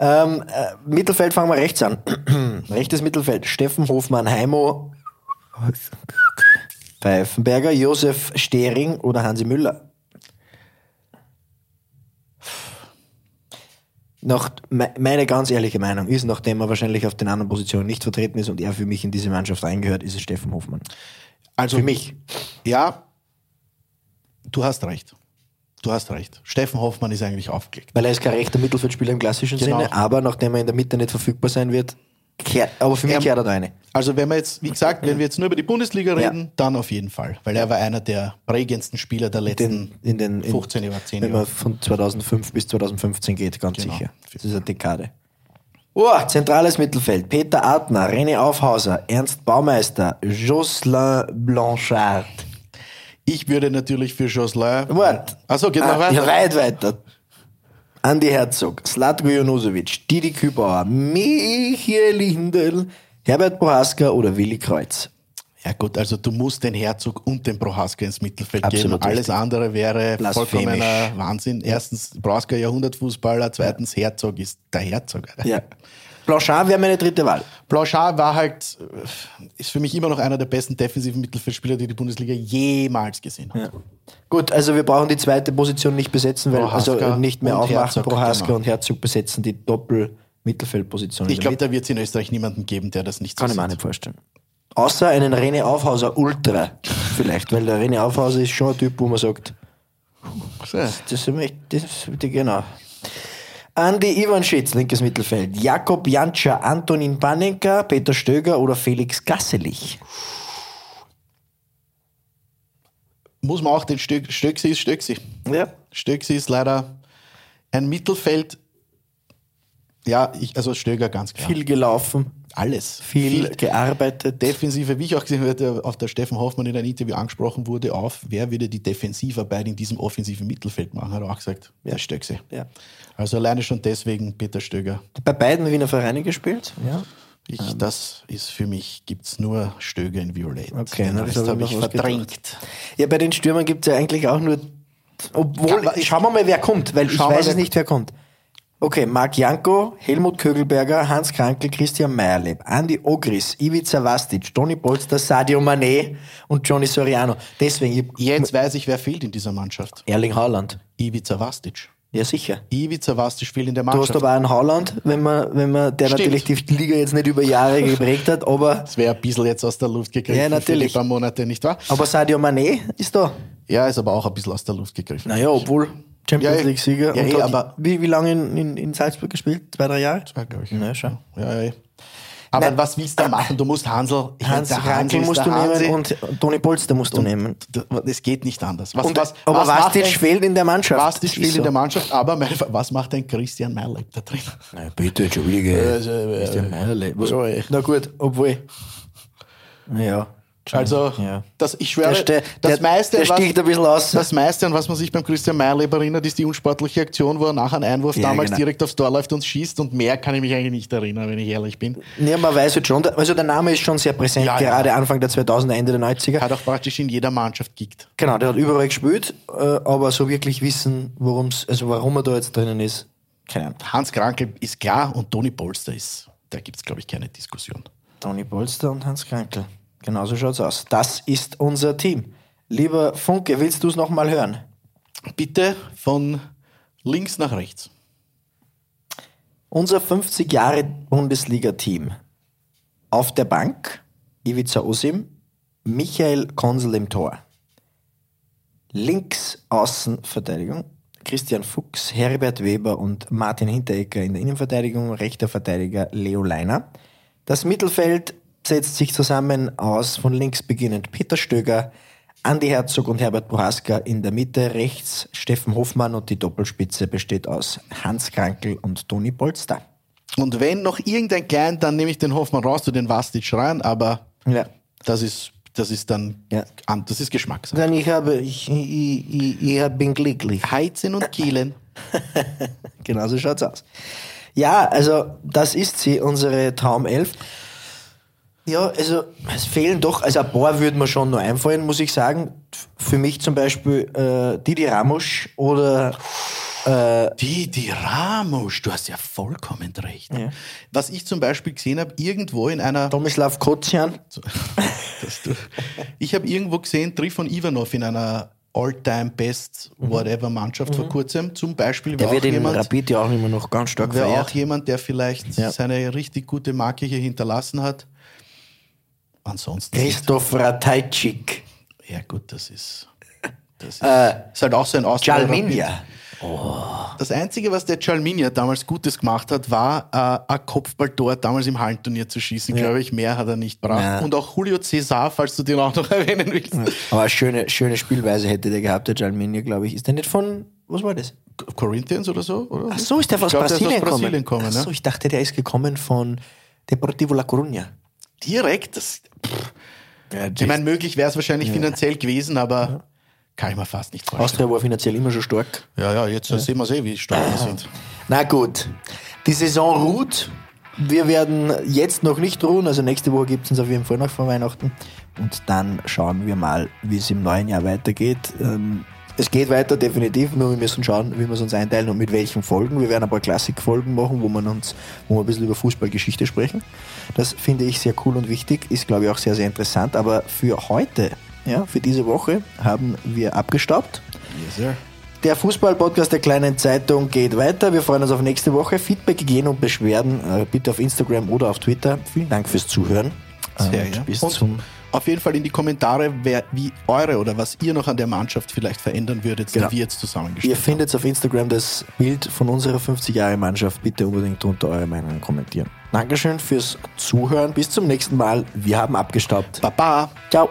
Speaker 1: ähm, äh, Mittelfeld fangen wir rechts an. Rechtes Mittelfeld. Steffen Hofmann, Heimo, Pfeifenberger, Josef Stering oder Hansi Müller. Nach, me- meine ganz ehrliche Meinung ist, nachdem er wahrscheinlich auf den anderen Positionen nicht vertreten ist und er für mich in diese Mannschaft reingehört, ist es Steffen Hofmann.
Speaker 2: Also,
Speaker 1: Für mich.
Speaker 2: Ja, du hast recht. Du hast recht. Steffen Hoffmann ist eigentlich aufgelegt.
Speaker 1: Weil er ist kein rechter Mittelfeldspieler im klassischen
Speaker 2: Genau.
Speaker 1: Sinne, aber nachdem er in der Mitte nicht verfügbar sein wird, kehrt, aber für mich
Speaker 2: Er-
Speaker 1: kehrt er da eine.
Speaker 2: Also, wenn wir jetzt, wie gesagt, wenn wir jetzt nur über die Bundesliga
Speaker 1: Ja.
Speaker 2: reden, dann auf jeden Fall. Weil er war einer der prägendsten Spieler der letzten
Speaker 1: Den, in den, in,
Speaker 2: 15 Jahre, 10
Speaker 1: wenn man
Speaker 2: Jahre.
Speaker 1: von 2005 bis 2015 geht, ganz
Speaker 2: Genau.
Speaker 1: sicher. Das ist eine Dekade. Oh, zentrales Mittelfeld. Peter Adner, René Aufhauser, Ernst Baumeister, Jocelyn Blanchard.
Speaker 2: Ich würde natürlich für Jocelyn.
Speaker 1: Wort.
Speaker 2: Achso, geht noch
Speaker 1: Ah, Ja,
Speaker 2: weiter.
Speaker 1: weit weiter. Andi Herzog, Slatko Jonosevic, Didi Kübauer, Michael Lindel, Herbert Prohaska oder Willi Kreuz.
Speaker 2: Ja, gut, also du musst den Herzog und den Prohaska ins Mittelfeld
Speaker 1: Absolut
Speaker 2: geben. Alles
Speaker 1: richtig.
Speaker 2: andere wäre
Speaker 1: Blasphemisch.
Speaker 2: vollkommener Wahnsinn. Erstens, Prohaska Jahrhundertfußballer. Zweitens, Herzog ist der Herzog. Alter.
Speaker 1: Ja. Blanchard wäre meine dritte Wahl.
Speaker 2: Blanchard war halt, äh, ist für mich immer noch einer der besten defensiven Mittelfeldspieler, die die Bundesliga jemals gesehen hat.
Speaker 1: Gut, also wir brauchen die zweite Position nicht besetzen, weil
Speaker 2: Prohaska
Speaker 1: also nicht mehr
Speaker 2: und
Speaker 1: aufmachen.
Speaker 2: Herzog,
Speaker 1: Prohaska
Speaker 2: genau.
Speaker 1: und Herzog besetzen die Doppel-Mittelfeldposition.
Speaker 2: Ich glaube, da wird es in Österreich niemanden geben, der das nicht so
Speaker 1: kann ich mir auch
Speaker 2: sieht.
Speaker 1: nicht vorstellen. Außer einen René Aufhauser Ultra vielleicht, weil der René Aufhauser ist schon ein Typ, wo man sagt,
Speaker 2: Ja.
Speaker 1: das ist echt, das ist genau. Andi Ivanschitz, linkes Mittelfeld. Jakob Janscher, Antonin Panenka, Peter Stöger oder Felix Gasselich.
Speaker 2: Muss man auch den Stö Stöcksi ist Stöcksi.
Speaker 1: Ja.
Speaker 2: Stöcksi ist leider ein Mittelfeld. Ja, ich, also Stöger ganz klar.
Speaker 1: Viel gelaufen,
Speaker 2: Alles.
Speaker 1: viel, gearbeitet.
Speaker 2: Defensive, wie ich auch gesehen habe, der- auf der Steffen Hoffmann in einem Interview angesprochen wurde, auf wer würde die Defensivarbeit in diesem offensiven Mittelfeld machen, hat er auch gesagt. Der Stöcksi.
Speaker 1: Ja.
Speaker 2: Also alleine schon deswegen Peter Stöger.
Speaker 1: bei beiden Wiener Vereinen gespielt. Ja.
Speaker 2: Ich,
Speaker 1: Ähm.
Speaker 2: das ist für mich, gibt es nur Stöger in Violet.
Speaker 1: Okay,
Speaker 2: Den
Speaker 1: na, Genau,
Speaker 2: Rest
Speaker 1: das hab
Speaker 2: habe
Speaker 1: ich
Speaker 2: ich
Speaker 1: noch was
Speaker 2: verdrängt.
Speaker 1: Ja, bei den Stürmern gibt es ja eigentlich auch nur. Obwohl,
Speaker 2: Ja,
Speaker 1: schauen wir mal, wer kommt, weil ich
Speaker 2: schauen wir,
Speaker 1: weiß es
Speaker 2: wer-
Speaker 1: nicht, wer kommt. Okay, Marc Janko, Helmut Kögelberger, Hans Krankel, Christian Meyerleb, Andi Ogris, Ivica Vastic, Toni Polster, Sadio Mané und Johnny Soriano. Deswegen, ich,
Speaker 2: Jetzt weiß ich, wer fehlt in dieser Mannschaft.
Speaker 1: Erling Haaland.
Speaker 2: Ivica Vastic.
Speaker 1: Ja, sicher.
Speaker 2: Ivica Vastic fehlt in der
Speaker 1: Du hast
Speaker 2: Mannschaft.
Speaker 1: aber einen Haaland, wenn man, wenn man, der
Speaker 2: Stimmt.
Speaker 1: natürlich die Liga jetzt nicht über Jahre geprägt hat, aber,
Speaker 2: Das wäre ein bisschen jetzt aus der Luft gegriffen.
Speaker 1: Ja,
Speaker 2: Für
Speaker 1: natürlich.
Speaker 2: die paar Monate, nicht wahr?
Speaker 1: aber Sadio Mané ist da.
Speaker 2: Ja, ist aber auch ein bisschen aus der Luft gegriffen.
Speaker 1: Naja, obwohl Champions
Speaker 2: Ja, eh.
Speaker 1: League-Sieger.
Speaker 2: Ja,
Speaker 1: und
Speaker 2: eh,
Speaker 1: hat
Speaker 2: aber-
Speaker 1: wie, wie lange in, in, in Salzburg gespielt? Zwei, drei Jahre?
Speaker 2: Zwei, glaub ich.
Speaker 1: Na, schau.
Speaker 2: Ja, ja, ja. Aber
Speaker 1: Nein.
Speaker 2: was willst du da machen? Du musst Hansel. Ich mein,
Speaker 1: Hans
Speaker 2: der Hansl
Speaker 1: Krankel
Speaker 2: ist
Speaker 1: musst
Speaker 2: der
Speaker 1: du
Speaker 2: Hansi.
Speaker 1: nehmen und Toni Polster musst du nehmen.
Speaker 2: Es geht nicht anders. Was,
Speaker 1: Und,
Speaker 2: was,
Speaker 1: aber
Speaker 2: was macht
Speaker 1: Vastic
Speaker 2: ein-
Speaker 1: fehlt in der Mannschaft.
Speaker 2: Vastic
Speaker 1: Ist
Speaker 2: fehlt
Speaker 1: so.
Speaker 2: in der Mannschaft, aber mein, was macht ein Christian Meyerleib da drin?
Speaker 1: Na, bitte, Entschuldige. Ist ja Meierle. Was-
Speaker 2: Ja.
Speaker 1: Na gut, obwohl. Ja.
Speaker 2: Also,
Speaker 1: Ja.
Speaker 2: das, ich
Speaker 1: Der,
Speaker 2: schwöre,
Speaker 1: ste-
Speaker 2: das,
Speaker 1: der,
Speaker 2: meiste,
Speaker 1: der
Speaker 2: was,
Speaker 1: sticht ein bisschen aus.
Speaker 2: das meiste, an was man sich beim Christian Meyerleib erinnert, ist die unsportliche Aktion, wo er nach einem Einwurf
Speaker 1: Ja,
Speaker 2: damals
Speaker 1: genau.
Speaker 2: direkt aufs Tor läuft und schießt. Und mehr kann ich mich eigentlich nicht erinnern, wenn ich ehrlich bin.
Speaker 1: Nee, man weiß jetzt schon, also der Name ist schon sehr präsent,
Speaker 2: Ja, ja.
Speaker 1: gerade Anfang der 2000er, Ende der 90er.
Speaker 2: Hat auch praktisch in jeder Mannschaft gekickt.
Speaker 1: Genau, der hat überall gespielt, äh, aber so wirklich wissen, worum's, also warum er da jetzt drinnen ist, keine Ahnung.
Speaker 2: Hans Krankel ist klar und Toni Polster ist, da gibt es, glaube ich, keine Diskussion.
Speaker 1: Toni Polster und Hans Krankel. Genauso schaut's aus. Das ist unser Team. Lieber Funke, willst du es nochmal hören?
Speaker 2: Bitte von links nach rechts.
Speaker 1: Unser 50 Jahre Bundesliga-Team. Auf der Bank Ivica Osim, Michael Konsel im Tor. Links Außenverteidigung Christian Fuchs, Herbert Weber und Martin Hinteregger in der Innenverteidigung, rechter Verteidiger Leo Leiner. Das Mittelfeld setzt sich zusammen aus von links beginnend Peter Stöger, Andi Herzog und Herbert Prohaska in der Mitte, rechts Steffen Hofmann und die Doppelspitze besteht aus Hans Krankel und Toni Polster.
Speaker 2: Und wenn noch irgendein Klein, dann nehme ich den Hoffmann raus, zu den Vastic rein, aber
Speaker 1: Ja.
Speaker 2: das ist, das ist dann,
Speaker 1: Ja.
Speaker 2: an- das ist Geschmackssache.
Speaker 1: Dann ich habe, ich, ich, ich, ich hab- bin glücklich.
Speaker 2: Heizen und Kielen.
Speaker 1: Genau so schaut's aus. Ja, also das ist sie, unsere Traumelf. Ja, also es fehlen doch, also ein paar würden mir schon nur einfallen, muss ich sagen. F- Für mich zum Beispiel äh, Didi Ramos oder
Speaker 2: Didi Ramos, du hast ja vollkommen recht. Was ich zum Beispiel gesehen habe, irgendwo in einer
Speaker 1: Tomislav Kotzian.
Speaker 2: dass du ich habe irgendwo gesehen, Trifon Ivanov in einer All-Time-Best-Whatever-Mannschaft vor kurzem. Zum Beispiel
Speaker 1: Der
Speaker 2: wäre
Speaker 1: wird
Speaker 2: auch,
Speaker 1: in
Speaker 2: jemand-
Speaker 1: Rapid ja auch immer noch ganz stark
Speaker 2: wär auch
Speaker 1: verehrt.
Speaker 2: jemand, der vielleicht
Speaker 1: Ja.
Speaker 2: seine richtig gute Marke hier hinterlassen hat. Ansonsten.
Speaker 1: Christoph Ratajczyk.
Speaker 2: Ja, gut, das ist. Das ist, ist halt auch so ein Austria-
Speaker 1: Äh, Jalminia.
Speaker 2: Das Einzige, was der Jalminia damals Gutes gemacht hat, war äh, ein Kopfballtor damals im Hallenturnier zu schießen, glaube ich. Mehr hat er nicht gebracht.
Speaker 1: Ja.
Speaker 2: Und auch Julio Cesar, falls du den auch noch erwähnen willst.
Speaker 1: Aber eine schöne, schöne Spielweise hätte der gehabt, der Jalminia, glaube ich. Ist der nicht von, was war das?
Speaker 2: Corinthians oder so? Oder?
Speaker 1: Ach so, ist der
Speaker 2: Ich
Speaker 1: aus
Speaker 2: glaub,
Speaker 1: Brasilien,
Speaker 2: der ist aus Brasilien
Speaker 1: gekommen?
Speaker 2: gekommen.
Speaker 1: Ach so,
Speaker 2: ne?
Speaker 1: ich dachte, der ist gekommen von Deportivo La Coruña.
Speaker 2: Direkt. Das, pff,
Speaker 1: Ja,
Speaker 2: ich meine, möglich wäre es wahrscheinlich finanziell gewesen, aber kann ich mir fast nicht vorstellen.
Speaker 1: Austria war finanziell immer schon stark.
Speaker 2: Ja, ja, jetzt sehen wir eh, wie stark wir sind.
Speaker 1: Na gut, die Saison ruht. Wir werden jetzt noch nicht ruhen, also nächste Woche gibt es uns auf jeden Fall noch vor Weihnachten. Und dann schauen wir mal, wie es im neuen Jahr weitergeht. Ähm, es geht weiter, definitiv, nur wir müssen schauen, wie wir es uns einteilen und mit welchen Folgen. Wir werden ein paar Klassikfolgen machen, wo, man uns, wo wir ein bisschen über Fußballgeschichte sprechen. Das finde ich sehr cool und wichtig, ist glaube ich auch sehr, sehr interessant. Aber für heute, ja, für diese Woche, haben wir abgestaubt.
Speaker 2: Yes, sir.
Speaker 1: Der Fußball-Podcast der kleinen Zeitung geht weiter. Wir freuen uns auf nächste Woche. Feedback, Ideen und Beschwerden äh, bitte auf Instagram oder auf Twitter. Vielen Dank fürs Zuhören.
Speaker 2: Sehr,
Speaker 1: Und
Speaker 2: ja.
Speaker 1: Ah, Bis
Speaker 2: Und
Speaker 1: zum
Speaker 2: auf jeden Fall in die Kommentare, wer, wie eure oder was ihr noch an der Mannschaft vielleicht verändern würdet,
Speaker 1: Genau.
Speaker 2: die wir jetzt
Speaker 1: Ihr
Speaker 2: zusammengestellt
Speaker 1: findet auf Instagram das Bild von unserer 50 Jahre Mannschaft. Bitte unbedingt unter eure Meinung kommentieren. Dankeschön fürs Zuhören. Bis zum nächsten Mal. Wir haben abgestaubt.
Speaker 2: haben. Baba!
Speaker 1: Ciao.